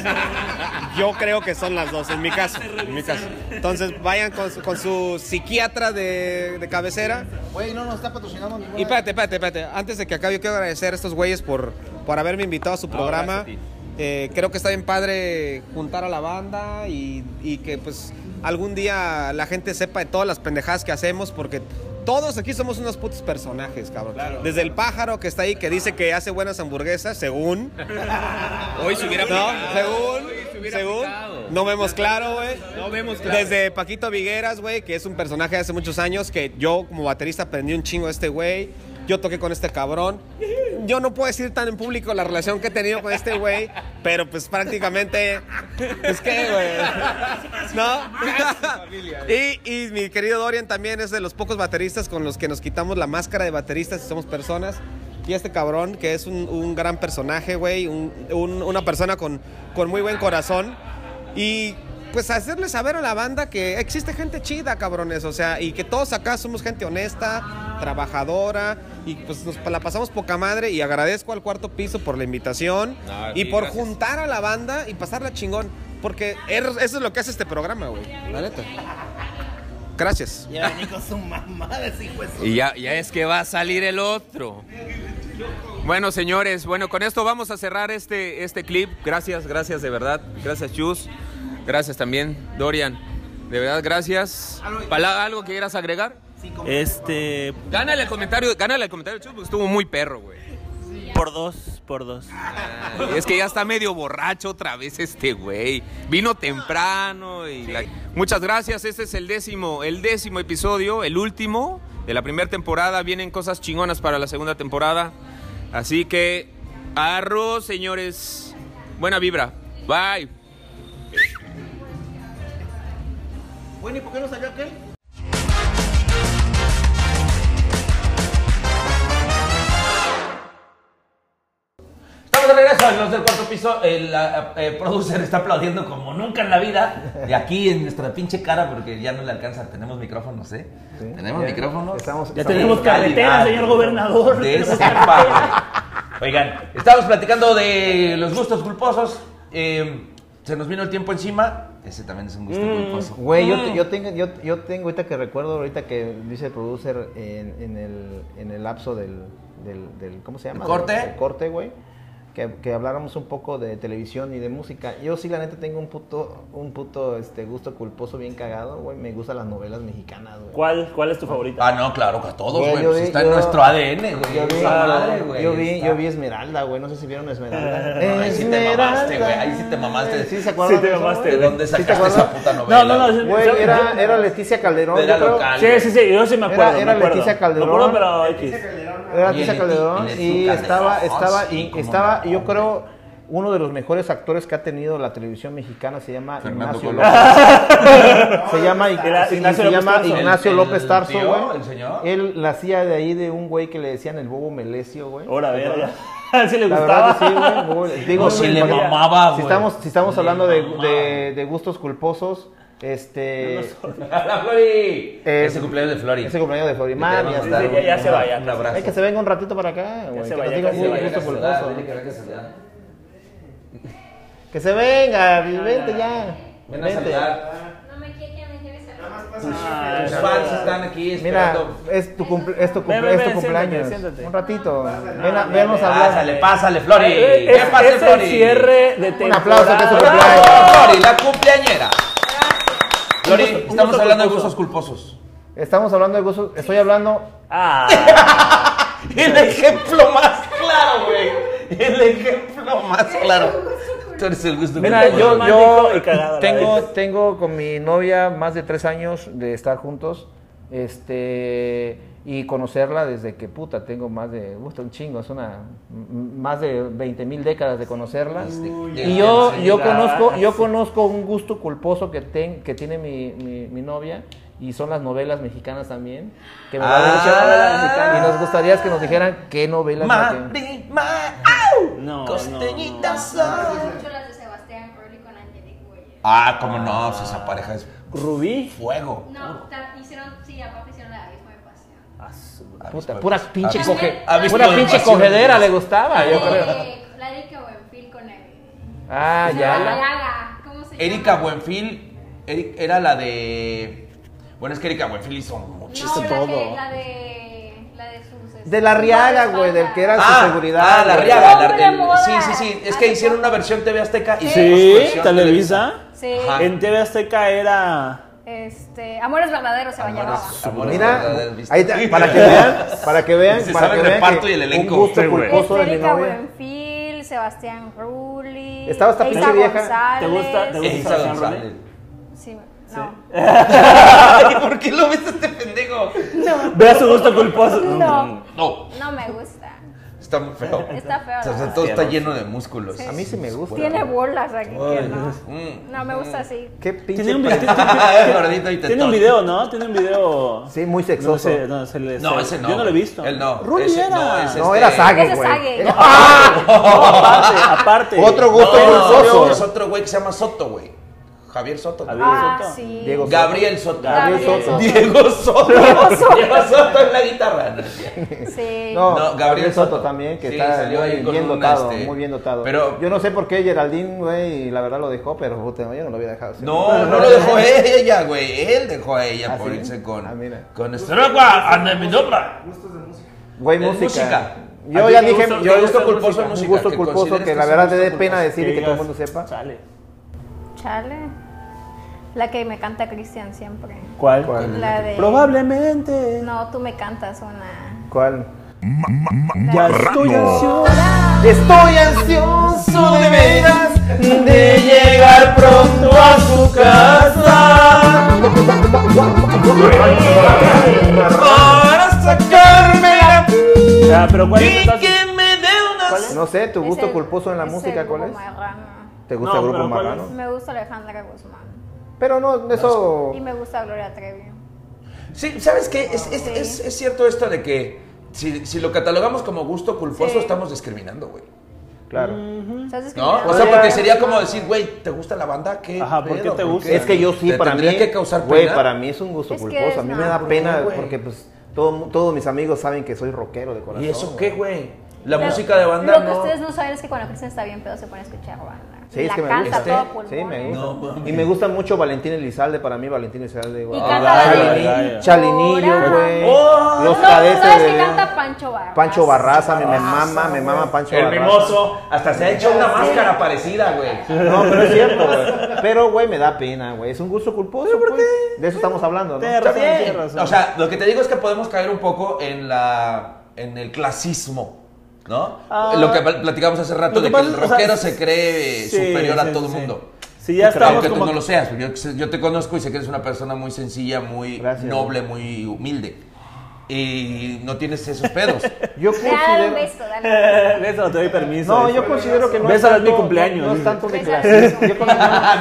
S6: Yo creo que son las dos, en mi caso. En mi caso. Entonces vayan con su, con su psiquiatra de, de cabecera.
S3: Güey, no nos está patrocinando ninguna.
S6: Y espérate, espérate, espérate. Antes de que acabe, yo quiero agradecer a estos güeyes por, por haberme invitado a su
S15: No,
S6: programa.
S15: gracias
S6: Eh, creo que está bien padre juntar a la banda y, y que pues algún día la gente sepa de todas las pendejadas que hacemos porque todos aquí somos unos putos personajes, cabrón. Desde el pájaro que está ahí que dice que hace buenas hamburguesas, según.
S15: Hoy se hubiera
S6: No,
S15: aplicado.
S6: según.
S15: Hoy se hubiera
S6: Según.
S15: aplicado.
S6: No vemos claro, güey.
S15: No vemos claro.
S6: Desde Paquito Vigueras, güey, que es un personaje de hace muchos años que yo como baterista aprendí un chingo de este güey. Yo toqué con este cabrón. Yo no puedo decir tan en público la relación que he tenido con este güey, pero pues prácticamente es que, güey. ¿No? y, y mi querido Dorian también es de los pocos bateristas con los que nos quitamos la máscara de bateristas y somos personas. Y este cabrón, que es un, un gran personaje, güey, un- un- una persona con, con muy buen corazón. Y pues hacerle saber a la banda que existe gente chida, cabrones. O sea, y que todos acá somos gente honesta, trabajadora. Y pues nos la pasamos poca madre. Y agradezco al cuarto piso por la invitación.
S15: No,
S6: y
S15: sí,
S6: por
S15: gracias.
S6: juntar a la banda y pasarla chingón. Porque er- eso es lo que hace este programa, güey. La neta. Gracias.
S15: Ya vení con su mamada, Y ya, ya es que va a salir el otro. Bueno, señores, bueno, con esto vamos a cerrar este, este clip. Gracias, gracias de verdad. Gracias, Chus. Gracias también, Dorian. De verdad, gracias. Pala- ¿Algo que quieras agregar?
S16: Este.
S15: Gánale el comentario, gánale el comentario, Chus, porque estuvo muy perro, güey.
S16: Por dos, por dos.
S15: Es que ya está medio borracho otra vez este güey. Vino temprano y la- muchas gracias. Este es el décimo, el décimo episodio, el último de la primera temporada. Vienen cosas chingonas para la segunda temporada. Así que arroz, señores. Buena vibra. Bye.
S3: Bueno, ¿y por qué no salió aquel?
S2: Estamos de regreso en los del cuarto piso. El la- eh, producer está aplaudiendo como nunca en la vida. De aquí en nuestra pinche cara, porque ya no le alcanza. Tenemos micrófonos, ¿eh? Tenemos
S3: ya.
S2: micrófonos.
S3: Estamos-
S2: De
S3: Ya tenemos
S2: calidad,
S4: carretera, señor gobernador.
S2: De
S4: Tenemos
S2: esa parte. Oigan, estamos platicando de los gustos culposos. Eh, se nos vino el tiempo encima. Ese también es un gusto culposo.
S3: Mm. Güey, yo, te- yo tengo, yo, yo tengo ahorita que recuerdo, ahorita que dice el producer en, en el, en el lapso del, del, del- ¿cómo se llama?
S2: ¿El corte?
S3: Del- del corte, güey. que, que habláramos un poco de televisión y de música. Yo sí, la neta, tengo un puto, un puto este, gusto culposo bien cagado, güey. Me gustan las novelas mexicanas, güey.
S4: ¿Cuál, ¿Cuál es tu favorita?
S2: Ah, no, claro, que a todos,
S3: Güey,
S2: güey.
S3: yo
S2: pues
S3: vi-
S2: está en
S3: yo-
S2: nuestro ADN, güey.
S3: Yo vi,
S2: Esa madre, güey,
S3: yo vi,
S2: está-
S3: yo vi Esmeralda, güey. No sé si vieron Esmeralda.
S2: No, ahí sí te mamaste, güey. Ahí sí te mamaste. Sí, se acuerdan.
S3: de eso,
S2: ¿De
S3: güey?
S2: dónde
S3: ¿Sí te
S2: sacaste
S3: acuerdas?
S2: esa puta novela?
S4: No, no, no,
S3: Güey,
S4: Yo-
S3: era,
S4: yo-
S3: era Leticia Calderón.
S2: Era
S3: yo creo.
S2: local,
S4: Sí, sí, sí, yo sí me acuerdo.
S3: Era, era
S4: me acuerdo.
S3: Leticia Calderón.
S4: Me acuerdo, pero X.
S3: Era
S4: Y el-
S3: Leticia Calderón.
S4: y el-
S3: Y estaba,
S4: Calderón,
S3: estaba,
S4: sí,
S3: y
S4: cómo
S3: estaba, yo creo, uno de los mejores actores que ha tenido la televisión mexicana se llama
S2: Fernando
S3: Ignacio
S2: Colom.
S3: López. se llama
S4: El-
S3: sí,
S4: Ignacio
S3: se
S4: López
S3: llama
S4: Tarso.
S3: Ignacio
S4: El- el
S3: López Tarso,
S4: tío,
S3: güey.
S4: el señor.
S3: Él la hacía de ahí de un güey que le decían el bobo Melesio, güey.
S2: Ah,
S4: Ahora,
S3: ¿Te
S4: verga.
S3: acuerdas?
S4: Sí le
S3: La
S4: gustaba.
S3: verdad que sí, güey, muy bueno. Digo,
S2: No, sí le
S3: porque-
S2: mamaba, güey.
S3: Si estamos, si estamos
S2: Le
S3: hablando de,
S2: mamaba.
S3: de- de gustos culposos, este...
S2: ¡Hola, Flori!
S3: Eh,
S2: Ese cumpleaños de Flori.
S3: Ese cumpleaños de Flori.
S2: Le
S3: Man,
S2: queremos
S3: ya
S2: dar
S3: está.
S2: un-
S3: Ya se vaya,
S2: Un abrazo.
S3: Hay que se venga un ratito para acá, güey.
S2: se
S3: Que
S2: vaya,
S3: nos diga
S2: que
S3: un
S2: se vaya,
S3: gusto
S2: que se
S3: culposo.
S2: vaya, que se vaya.
S3: Que se venga, vente ya.
S2: Ven a
S3: vente.
S2: saludar.
S11: No me quiere, me quiere saludar.
S2: Tus fans están aquí
S3: Mira,
S2: esperando.
S3: es tu, cumple- es tu,
S2: Ven, ven,
S3: cumple- es tu
S2: ven, siéntate,
S3: cumpleaños.
S2: siéntate.
S3: Un ratito. Ven a,
S2: Ven,
S3: venos a hablar.
S2: Pásale, pásale, Flori.
S4: Eh,
S2: ¿Qué
S4: es-
S2: pasa,
S4: es el
S2: Flori?
S4: cierre de
S3: Un aplauso, que es su
S4: temporada.
S3: cumpleaños.
S2: Flori, la cumpleañera. Flori, estamos hablando de gustos culposos.
S3: Estamos hablando de gustos. Estoy hablando.
S4: Ah,
S2: El ejemplo más claro, güey. El ejemplo más claro. Tú eres el gusto
S3: Mira, yo,
S2: culposo.
S3: yo
S4: cagado a la
S3: tengo,
S4: vez.
S3: tengo con mi novia más de tres años de estar juntos. Este. Y conocerla desde que puta, tengo más de. Gusta un chingo, es una. m- Más de 20 mil décadas de conocerla. Y yo, yo conozco, yo conozco un gusto culposo que, ten- que tiene mi, mi- mi novia y son las novelas mexicanas también. Que me va a gustar
S2: Ah.
S3: novelas mexicanas. Y nos gustaría que nos dijeran qué novelas
S2: Ma,
S3: mexicanas.
S2: di, ma, au.
S4: No,
S2: Costeñita
S11: Me
S2: sol.
S11: gustan mucho las de Sebastián Curly con Angelique Boyer.
S2: Ah, cómo no, si esa pareja es
S4: Rubí.
S2: fuego.
S11: No, ta- hicieron, sí, aparte hicieron la misma de pasión.
S3: Puta, pura pinche,
S2: Abismo-
S3: coge-
S2: Abismo
S3: pura
S2: de
S3: pinche
S2: pasión.
S3: cogedera le gustaba, Ah, yo
S11: La de-
S3: creo.
S11: La de Erika Buenfil con el...
S3: Ah, ya.
S11: La Yaga, ¿cómo se
S2: Erika
S11: llama?
S2: Buenfil Eri- era la de. Bueno, es que Erika Buenfil hizo muchísimo.
S11: No, la que- la de... La de sus... este,
S3: De la Riaga, güey, del que era
S2: Ah,
S3: su seguridad.
S2: Ah, la
S3: güey.
S2: Riaga. la-
S11: Hombre de
S2: el-
S11: moda.
S2: sí, sí, sí. Es que hicieron una versión TV Azteca Eh, y
S4: Sí, Televisa.
S11: Sí.
S2: Ajá.
S4: En TV Azteca era.
S11: Este... Amores verdaderos se va a llamar.
S3: Mira, ahí te- para que vean, para que vean,
S2: Se
S3: para
S2: sabe
S3: que
S2: el
S3: vean
S2: reparto
S3: que
S2: y el elenco.
S3: un gusto
S2: Sí, güey.
S3: culposo de mi
S11: Este, Erika
S3: novia.
S11: Buenfil, Sebastián Rulli...
S3: Estaba esta
S11: Eiza
S3: pinche vieja.
S11: González.
S4: ¿Te gusta? ¿Te gusta
S2: Eiza
S4: Sebastián
S2: González.
S4: Rulli?
S11: Sí, no.
S2: Ay, ¿Por qué lo ves a este pendejo?
S4: Vea su gusto culposo.
S11: No,
S2: No,
S11: no me gusta.
S2: está muy feo.
S11: Está feo, la
S2: O sea,
S3: Ah,
S11: verdad.
S2: todo está lleno de músculos.
S11: Sí. A mí sí
S3: me gusta.
S11: Tiene bolas aquí, que no.
S2: Mm.
S11: No, me gusta así.
S3: Qué pinche
S4: Tiene un, vi-
S3: pareja.
S2: Gordito y
S4: tiene un
S2: tetón.
S4: video, ¿no? Tiene un video.
S3: Sí, muy sexoso.
S4: No sé, no, se le-
S2: No,
S4: se-
S2: ese no.
S4: Yo no lo he visto.
S2: Él no.
S4: Rulli
S2: Ese-
S4: era.
S2: No, ese-
S3: No,
S2: este-
S3: era Sage,
S11: Ese es Ah,
S3: güey.
S4: No,
S11: Sage.
S4: aparte, aparte.
S3: Otro
S2: No,
S3: gusto
S2: no, es
S3: culposo.
S2: otro güey que se llama Soto, güey. Javier Soto.
S4: Javier
S11: Ah,
S4: Soto.
S11: sí.
S3: Diego Soto.
S2: Gabriel Soto.
S3: Gabriel Soto.
S2: Diego Soto. Diego Soto. en la guitarra. ¿no?
S11: Sí.
S3: No,
S2: No,
S3: Gabriel,
S2: Gabriel
S3: Soto,
S2: Soto.
S3: también, que
S2: Sí,
S3: está
S2: salió
S3: muy
S2: ahí con
S3: bien
S2: un,
S3: dotado,
S2: este,
S3: muy bien dotado.
S2: pero-
S3: yo no sé por qué Geraldine, güey, la verdad lo dejó, pero puta, yo no lo hubiera dejado. ¿sí?
S2: No, no lo dejó eh. ella, güey. Él dejó a ella
S3: ¿Ah,
S2: por
S3: sí?
S2: irse con.
S3: Ah, mira.
S2: Con este.
S7: Seragua, anda mi dobra.
S3: Güey,
S2: Es
S3: música.
S2: música. ¿A
S3: Yo
S2: ti
S3: ya
S2: te
S3: dije,
S2: gusta-
S3: yo
S2: te gusta culposo de
S3: un
S2: música,
S3: gusto
S2: que
S3: culposo que,
S2: consideres que
S3: la
S2: es un
S3: verdad te
S2: gusto
S3: dé
S2: culposo?
S3: pena decir y que
S4: digas,
S3: todo el mundo sepa.
S4: Sale.
S11: Chale. La que me canta Cristian siempre.
S4: ¿Cuál?
S3: ¿Cuál?
S11: La de.
S4: Probablemente.
S11: No, tú me cantas una.
S3: ¿Cuál?
S4: Ya estoy ansioso.
S3: Estoy ansioso de veras de llegar pronto a su casa
S2: Para sacármela
S4: Ya, pero ¿cuál es
S2: y
S4: entonces?
S2: que me dé unas.
S3: No sé, tu
S11: Es
S3: gusto
S11: el-
S3: culposo en la
S11: es
S3: música,
S11: el
S3: ¿cuál
S11: grupo
S3: es?
S11: Marrano.
S3: ¿Te gusta
S4: No,
S3: el grupo
S4: pero ¿cuál
S3: marrano?
S11: Me gusta Alejandra Guzmán.
S3: Pero no, eso.
S11: Y me gusta Gloria Trevi.
S2: Sí, ¿sabes qué? Es, es, es, es cierto esto de que si, si lo catalogamos como gusto culposo,
S11: Sí.
S2: estamos discriminando, güey.
S3: Claro.
S11: ¿Sabes qué?
S2: ¿No? O sea, porque sería como decir, güey, ¿te gusta la banda? ¿Qué
S4: Ajá, ¿por qué
S2: pedo?
S4: te
S2: ¿Por
S4: gusta?
S2: qué?
S3: Es que yo sí,
S2: ¿Te
S3: para mí.
S2: tendría que causar
S3: güey,
S2: pena?
S3: para mí es un gusto
S11: Es que
S3: culposo. A
S11: es
S3: mí me
S11: mal,
S3: da
S11: ¿por
S3: pena
S2: qué, güey?
S3: porque, pues, todo- todos mis amigos saben que soy rockero de corazón.
S2: ¿Y eso
S3: güey.
S2: qué, güey? La música de
S11: Lo
S2: banda
S11: que
S2: no.
S11: ustedes no saben es que cuando Cristian está bien pedo se pone a escuchar banda.
S3: Sí, es
S11: la
S3: que me
S11: canta
S3: gusta.
S11: todo pulmón.
S3: Sí, me gusta.
S2: No, mames.
S3: y me gusta mucho Valentín Elizalde, para mí Valentín Elizalde. güey.
S11: canta la de
S3: Chalini-
S11: Llora.
S3: Chalinillo, güey.
S11: Oh,
S3: Los
S11: no,
S3: cadetes
S11: ¿sabes
S3: de
S11: que
S3: León.
S11: canta Pancho Barra?
S3: Pancho Barraza, me, me mama, me mama Pancho
S2: El
S3: Barraza.
S2: mimoso. Hasta se ha hecho una máscara parecida, güey.
S3: No, pero es cierto, güey. Pero, güey, me da pena, güey. Es un gusto culposo. pues. De eso estamos hablando, ¿no?
S2: Está bien. Eh, O sea, lo que te digo es que podemos caer un poco en la en el clasismo, ¿no?
S4: Ah.
S2: lo que pl- platicamos hace rato
S4: Lo
S2: de
S4: que
S2: que el
S4: pasa es, o
S2: rockero
S4: sea,
S2: se cree
S4: sí,
S2: superior
S4: sí,
S2: a todo el
S4: sí.
S2: mundo.
S4: Sí, ya estamos
S2: Aunque tú
S4: como-
S2: no lo seas, yo, yo te conozco y sé que eres una persona muy sencilla, muy noble, muy humilde. Y no tienes esos pedos.
S3: yo
S11: Dale
S3: considero...
S11: un beso, dale.
S4: Bésalo, te doy permiso.
S3: No,
S4: Este.
S3: yo considero que no
S4: Bésalo,
S3: es tanto,
S4: mi cumpleaños.
S3: No, no es tanto de
S4: Bésalo.
S3: clasismo. Yo, con-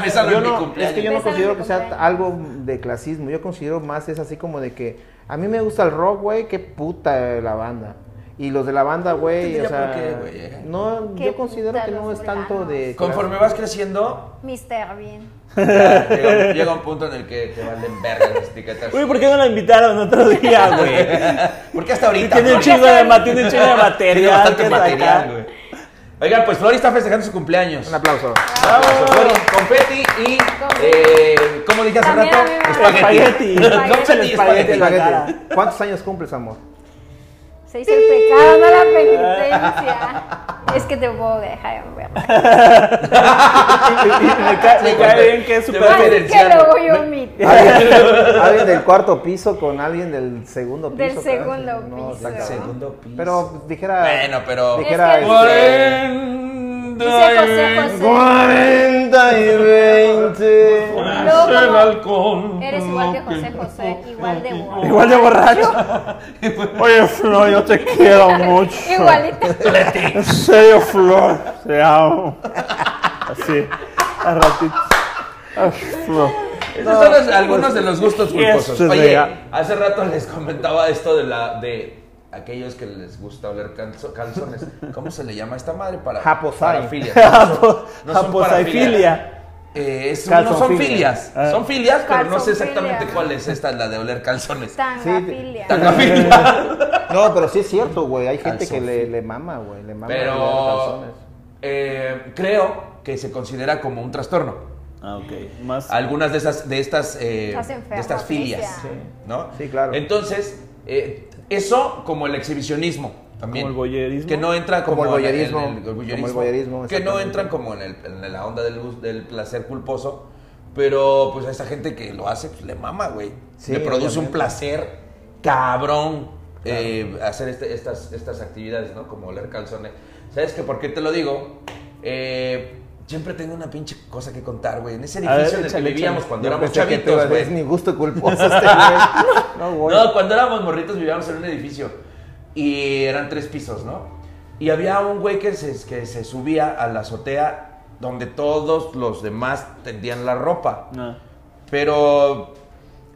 S2: Bésalo
S3: yo
S2: en mi
S3: no-
S2: cumpleaños.
S3: Es que yo no
S2: Bésalo
S3: considero que sea algo de clasismo. Yo considero más es así como de que a mí me gusta el rock, güey, qué puta eh, la banda. Y los de la banda, güey,
S2: Tendría
S3: o sea,
S2: por qué, güey, eh.
S3: no, yo considero que no es tanto de
S2: Conforme vas creciendo,
S11: Mister Bien.
S2: ya llega, llega un punto en el que te valen verga las etiquetas.
S4: Uy, ¿por qué no lo invitaron otro día, güey?
S2: ¿Por qué hasta ahorita?
S4: Tiene un
S2: güey?
S4: chingo de ma- tiene un chingo de material
S2: Tiene bastante
S4: que
S2: material,
S4: sacar.
S2: güey. Oigan, pues Flori está festejando su cumpleaños. Un
S3: aplauso.
S11: Ah.
S2: Flori, confeti y, eh, ¿cómo dije hace
S11: También
S2: rato?
S11: a mí me gusta. Espagueti.
S2: Confeti y
S3: Espagueti,
S2: espagueti.
S3: espagueti. ¿Cuántos años cumples, amor?
S11: Se hizo el pecado, no la penitencia. es que te puedo dejar en verla.
S4: me cae, me cae bien que es
S2: Te
S4: súper.
S2: va a
S11: Es que lo voy a omitir.
S3: ¿Alguien, alguien del cuarto piso con alguien del segundo piso.
S11: Del
S3: ¿verdad?
S11: segundo
S3: No,
S11: piso.
S3: está cabrón.
S2: Segundo piso.
S3: Pero pues, dijera.
S2: Bueno, pero-
S3: Dijera.
S11: Es que
S3: este,
S11: Dice José José.
S3: 40 y 20.
S11: Loco, Eres igual que José José, igual de borracho.
S16: Igual de borracho.
S2: pues,
S16: Oye, Flor, yo te quiero mucho.
S11: Igualito.
S16: En serio, Flor, te amo. Así, a ratito. Ay, Flor.
S2: Esos son los- algunos de los gustos culposos.
S16: Este
S2: Oye,
S16: de-
S2: hace rato les comentaba esto de la de aquellos que les gusta oler calzo- calzones. ¿Cómo se le llama a esta madre para
S3: Japosai.
S2: parafilia?
S3: Japo-
S2: No son
S3: japosaifilia.
S2: parafilias. Eh, es- no son
S3: Calzonfilia.
S2: filias,
S3: Ah.
S2: son filias, pero no sé
S11: Calzonfilia.
S2: exactamente cuál es esta, la de oler calzones.
S11: Tangafilia.
S3: No, pero sí es cierto, güey. Hay gente que le, le mama, güey. Le mama los
S2: Pero
S3: calzones.
S2: eh, creo que se considera como un trastorno.
S4: Ah, ok. Más.
S2: algunas de esas de estas eh,
S11: Estás
S2: de
S11: enfermo,
S2: estas filias
S11: Cristian.
S2: no
S3: sí claro
S2: entonces eh, eso como el exhibicionismo también
S4: Como el voyerismo.
S2: que no entra como,
S3: Como el
S2: en
S3: voyerismo,
S2: en el
S3: como el
S2: voyerismo,
S3: voyerismo,
S2: que no
S3: exactamente.
S2: entran como en, el- en la onda del, gus- del placer culposo pero pues a esa gente que lo hace pues, le mama güey
S3: Sí,
S2: le produce un
S3: obviamente.
S2: placer cabrón eh, hacer este- estas estas actividades no como oler calzones sabes que por qué te lo digo Eh, Siempre tengo una pinche cosa que contar, güey. En ese
S3: A ver,
S2: edificio en el que
S3: échale,
S2: vivíamos
S3: échale.
S2: cuando
S3: Yo
S2: éramos
S3: pensé que te
S2: chavitos,
S3: ibas a
S2: güey.
S3: decir, Es mi gusto culposo este güey. No, güey.
S2: No, cuando éramos morritos vivíamos en un edificio y eran tres pisos, ¿no? Y había un güey que se, que se subía a la azotea donde todos los demás tendían la ropa.
S3: Ah.
S4: No.
S2: Pero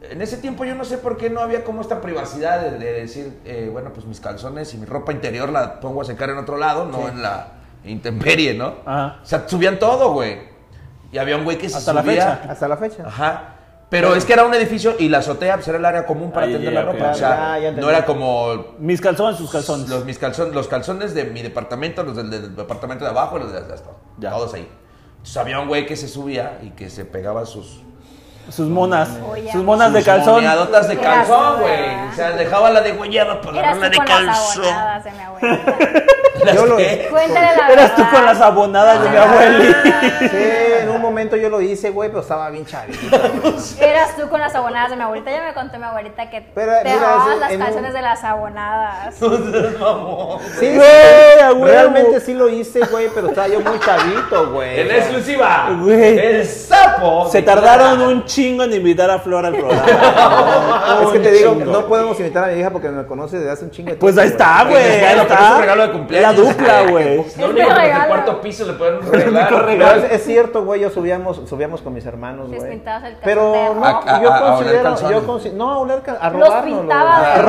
S2: en ese tiempo yo no sé por qué no había como esta privacidad de, de decir, eh, bueno, pues mis calzones y mi ropa interior la pongo a secar en otro lado, no
S4: Sí.
S2: en la intemperie, ¿no?
S4: Ajá.
S2: O sea, subían todo, güey. Y había un güey que se
S4: Hasta la
S2: subía.
S4: fecha.
S3: Hasta la fecha.
S2: Ajá. Pero es que era un edificio y la azotea pues, era el área común para
S4: Ahí,
S2: tender
S4: ya,
S2: la ropa.
S4: ok.
S2: O sea,
S3: Ah, ya entendí.
S2: no era como
S4: Mis calzones, sus calzones.
S2: los, mis calzones, los calzones de mi departamento, los del, del departamento de abajo, los de hasta, todos ahí. Entonces había un güey que se subía y que se pegaba sus
S4: Sus monas.
S11: Oye.
S4: Sus monas de calzón.
S2: moneadotas de
S11: Era
S2: calzón,
S11: su-
S2: güey. O sea, dejaba la de guayaba para
S11: Eras
S2: agarrar la
S11: tú
S2: de
S11: con las
S2: calzón.
S11: abonadas de mi abuela.
S2: ¿Las
S3: Yo lo-
S2: qué?
S11: Cuéntale la
S4: Eras tú
S11: verdad.
S4: con las abonadas de mi
S2: Ah.
S4: abuelita.
S3: Sí, en un momento yo lo hice, güey, pero estaba bien chavito.
S11: Eras tú con las abonadas de mi abuelita. Ya me contó mi abuelita que
S3: Pero,
S11: te
S3: mira,
S11: robabas
S3: eso
S11: las
S3: en un-
S11: canciones de las abonadas.
S3: Sí,
S4: Güey, a huevo.
S3: realmente sí lo hice, güey, pero estaba yo muy chavito, güey.
S2: En exclusiva,
S4: Güey.
S2: el sapo.
S4: Se tardaron un chingo en invitar a Flor al programa.
S3: Es que
S4: Un
S3: te digo,
S4: chingo.
S3: no podemos invitar a mi hija porque me conoce desde hace un chingo de
S4: Pues ahí
S3: tiempo,
S4: está, güey.
S2: Oye,
S4: Ahí
S2: bueno, pero es
S4: está.
S2: un regalo de
S4: La
S2: cumpleaños.
S4: dupla, güey.
S2: Lo
S11: Es
S2: único
S11: mi
S2: que en el
S11: regalo.
S2: cuarto piso le pueden regalar.
S4: único
S3: Pero
S4: regalo.
S3: es, es cierto, güey, yo subíamos, subíamos con mis hermanos,
S11: Les
S3: güey.
S11: pintabas el
S3: Pero
S11: calzón.
S3: no,
S2: A- a-
S3: yo
S2: a- a oler
S3: considero,
S2: calzones.
S3: yo consi- no, a oler cal- a
S11: Los
S3: robárnoslo,
S11: pintaba,
S3: güey.
S11: ¿verdad?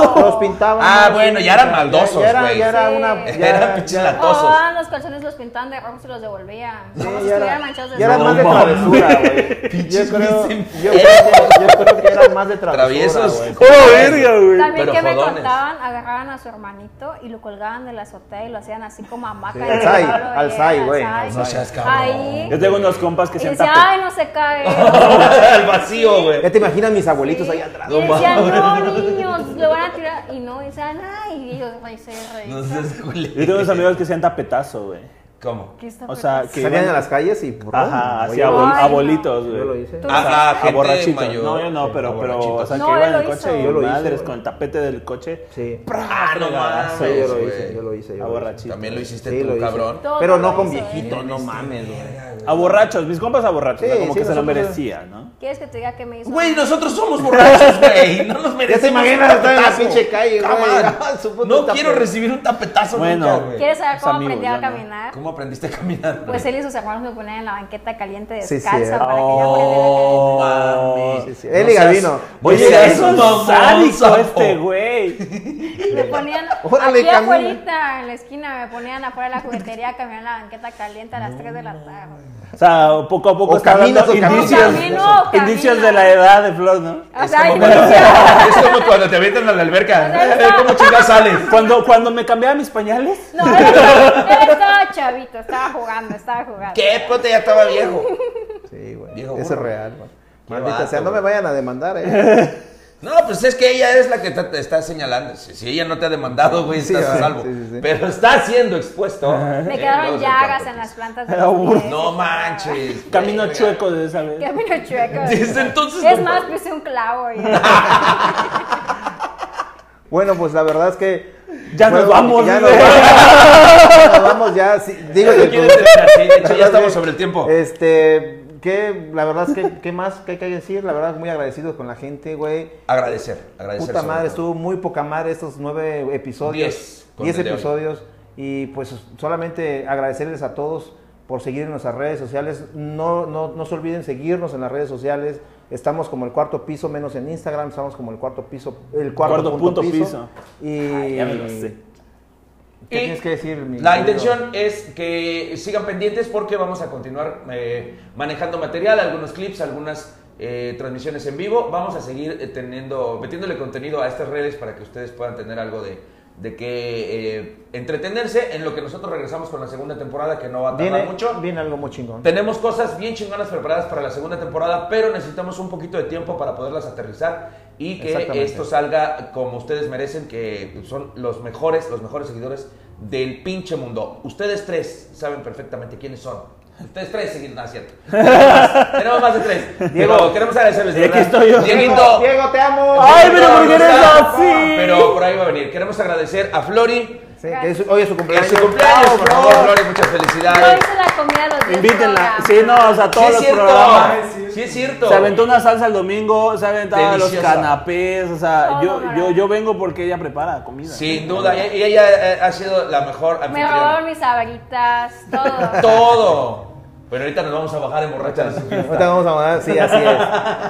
S3: robarlo, los pintaban.
S2: Ah,
S3: ¿no?
S2: bueno, ya eran maldosos,
S3: Ya- ya era-
S2: güey.
S3: Ya era una,
S11: Sí.
S3: ya
S2: Eran
S3: era,
S2: pinches
S3: ya-
S2: latosos.
S11: Robaban los calzones, los pintaban de rojo y se los devolvían. Como si
S3: ya era-
S11: estuvieran manchados de
S3: ya era
S11: sangre.
S3: más de
S4: No mames.
S3: travesura, güey. Yo creo
S4: creo-
S2: buenísimo.
S4: yo creo que- yo creo que era más de travesura,
S2: Traviesos.
S4: güey.
S2: ¡Oh, verga, güey!
S11: También
S2: Pero
S11: que me
S2: jodones.
S11: contaban, agarraban a su hermanito y lo colgaban de la azotea y lo hacían así como hamaca.
S4: Sí,
S11: de
S4: alzai,
S11: palo, oye,
S4: alzai, güey.
S11: alzai.
S4: No seas
S3: cabrón.
S11: Ahí.
S4: Yo tengo unos compas
S11: Y
S4: que se han
S11: decía,
S4: tape-
S11: ay, no se cae.
S4: Al vacío, güey.
S3: Ya te imaginas mis abuelitos ahí atrás.
S11: Y decían, no, niños, lo van a tirar. Y no, decían, ay, ellos, güey, se reían.
S4: Yo tengo unos amigos que sean tapetazo, güey.
S2: ¿Cómo?
S11: ¿Qué está
S4: O sea,
S11: pasando?
S4: que
S3: Salían
S4: iban-
S3: a las calles y por
S4: Ajá,
S3: Oye,
S4: hacia abol-
S11: Ay,
S4: abolitos, güey.
S3: Yo lo hice.
S4: O sea,
S2: Ajá,
S4: a
S2: gente
S4: borrachitos.
S2: mayor.
S4: No, yo no, pero, pero o sea,
S11: No,
S4: que
S11: él
S4: iban en
S11: lo
S4: el coche
S11: hizo.
S4: y
S11: Yo
S4: yo
S11: lo
S4: lo
S3: hice,
S4: madres
S3: güey.
S4: con el tapete del coche.
S3: Sí.
S2: Ah, no mames,
S4: fregadazo,
S3: yo lo
S2: güey.
S3: hice, yo lo hice. yo
S4: A
S3: lo hice.
S4: borrachito.
S2: También lo hiciste
S3: Sí,
S2: tú,
S3: lo hice.
S2: cabrón.
S11: Todo
S3: Pero
S11: lo
S3: no con
S11: hizo él.
S3: viejitos, no mames, güey.
S4: A borrachos, mis compas a borrachos,
S3: Sí,
S4: o sea, como
S3: sí,
S4: que se lo
S3: nosotros-
S4: merecía, ¿no?
S11: ¿Quieres que te diga qué me hizo?
S2: Güey, nosotros somos borrachos, güey. No nos
S3: Ya
S2: merecemos.
S3: te imaginas
S2: un
S3: estar en la
S2: tapetazo.
S3: pinche calle, güey.
S2: Cabrón,
S3: Ah, su puto
S2: No
S3: tapete.
S2: quiero recibir un tapetazo
S4: Bueno.
S2: nunca, güey.
S11: ¿Quieres saber
S4: Pues,
S11: cómo
S4: amigo,
S11: aprendí
S4: yo
S11: a
S4: no.
S11: caminar?
S2: ¿Cómo aprendiste a caminar?
S11: Pues él y sus hermanos me ponían en la banqueta caliente
S3: Sí,
S11: descalza
S3: cierto.
S11: para que yo aprendiera.
S2: mames.
S3: Sí, sí. Él y Gabino.
S4: Oye,
S2: Oye,
S4: es
S2: eso
S4: un
S2: no,
S4: sádico
S2: sapo.
S4: este güey.
S11: Me ponían
S3: Órale,
S11: aquí
S3: camina.
S11: afuerita, en la esquina, me ponían afuera de la juguetería a caminar en la banqueta caliente a las 3 de la tarde.
S4: O sea, poco a poco
S3: O
S4: está
S3: caminas
S4: dando
S3: o caminas.
S4: indicios,
S11: Camino o caminas.
S4: indicios de la edad de Flor, ¿no?
S11: O sea, y
S2: Es como cuando te avientan a la alberca.
S11: Ahí está.
S2: ¿Cómo chingas sales?
S4: Cuando, cuando me cambiaba mis pañales,
S11: No, él estaba, él estaba chavito, estaba jugando, estaba jugando.
S2: ¿Qué? Puta, ya estaba viejo.
S3: Sí, güey.
S2: Viejo
S3: Eso es
S2: burro.
S3: real, güey.
S2: Qué
S3: Maldita
S2: vato,
S3: sea, no
S2: güey.
S3: me vayan a demandar, eh.
S2: No, pues es que ella es la que te, te está señalando. Si, si ella no te ha demandado, güey,
S3: Sí,
S2: estás a
S3: sí,
S2: salvo.
S3: sí, sí, sí.
S2: Pero está siendo expuesto.
S11: Me
S2: Eh,
S11: quedaron
S2: luego se
S11: llagas
S2: trata.
S11: en las plantas de
S4: Era
S11: los
S4: burro.
S11: pies.
S2: No manches.
S4: camino
S2: Verga.
S4: chueco de esa vez.
S11: Camino chueco.
S2: Desde entonces
S11: Es
S2: no-
S11: más, puse un clavo. y-
S3: Bueno, pues la verdad es que.
S4: Ya nos
S3: bueno,
S4: vamos,
S3: Ya nos
S4: dice.
S3: vamos. Nos vamos ya. sí, digo,
S2: ¿Qué
S3: que-
S2: quieres decir? Sí, de hecho, ya
S3: la verdad
S2: estamos
S3: que,
S2: sobre el tiempo.
S3: Este. Que la verdad es que. ¿Qué más que hay que decir? La verdad, muy agradecido con la gente, güey.
S2: Agradecer, agradecer.
S3: Puta
S2: sobre
S3: madre,
S2: todo.
S3: estuvo muy poca madre estos nueve episodios.
S2: Diez, con
S3: Diez
S2: el de hoy.
S3: episodios. Y pues solamente agradecerles a todos por seguir en nuestras redes sociales. No, no, no se olviden seguirnos en las redes sociales. Estamos como el cuarto piso, menos en Instagram. Estamos como el cuarto piso. El cuarto,
S4: Cuarto
S3: punto,
S4: punto
S3: piso.
S4: piso.
S3: Y.
S4: Ay, ya me lo sé.
S3: ¿Qué
S2: Y
S3: tienes que decir, mi
S2: La
S3: querido?
S2: intención es que sigan pendientes porque vamos a continuar eh, manejando material, algunos clips, algunas eh, transmisiones en vivo. Vamos a seguir eh, teniendo, metiéndole contenido a estas redes para que ustedes puedan tener algo de, de que eh, entretenerse en lo que nosotros regresamos con la segunda temporada que no va a tardar
S3: Viene,
S2: mucho.
S3: viene algo muy chingón.
S2: Tenemos cosas bien chingonas preparadas para la segunda temporada, pero necesitamos un poquito de tiempo para poderlas aterrizar y que
S3: Exactamente.
S2: esto salga como ustedes merecen, que son los mejores, los mejores seguidores del pinche mundo. Ustedes tres saben perfectamente quiénes son. Ustedes tres seguir no, es cierto. Tenemos más de tres.
S3: Diego.
S2: Pero queremos agradecerles. de
S4: Aquí
S2: verdad.
S4: estoy yo.
S2: Dieguito.
S3: Diego, te amo.
S4: Ay, pero
S2: Dieguito,
S4: ¿por qué
S2: ¿dónde
S4: eres
S2: está?
S4: así?
S2: Pero por ahí va a venir. Queremos agradecer a Flori.
S3: Sí, que es su- hoy es su
S2: Es
S3: cumpleaños.
S2: su cumpleaños, por
S3: ¡Bravo,
S2: favor,
S3: Flor!
S2: Flori. Muchas
S11: Yo
S2: felicidades.
S11: hice la comida a los 10
S4: Invítenla.
S11: programas.
S4: Sí, no, o sea,
S2: Sí
S4: todos
S2: es
S4: los
S2: cierto.
S4: programas.
S2: Sí es cierto.
S4: Se aventó una salsa el domingo, se ha aventado los
S2: Deliciosa.
S4: canapés, o sea,
S11: Todo
S4: yo, yo,
S11: maravilla.
S4: yo vengo porque ella prepara comida.
S2: Sin duda, y- y ella eh, ha sido la mejor
S11: Me
S2: anfitriona.
S11: robaron mis sabritas, todo.
S2: Todo. Pero ahorita nos vamos a bajar en borrachas.
S3: Ahorita vamos a mandar. Sí, así es.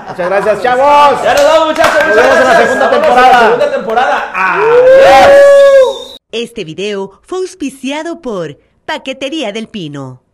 S3: Muchas gracias, chavos.
S2: Ya nos vamos, muchachos. Muchas
S3: Nos vemos en la
S2: gracias.
S3: segunda
S2: Nos vemos en
S3: temporada.
S2: la segunda Ah. temporada.
S1: Este video fue auspiciado por Paquetería del Pino.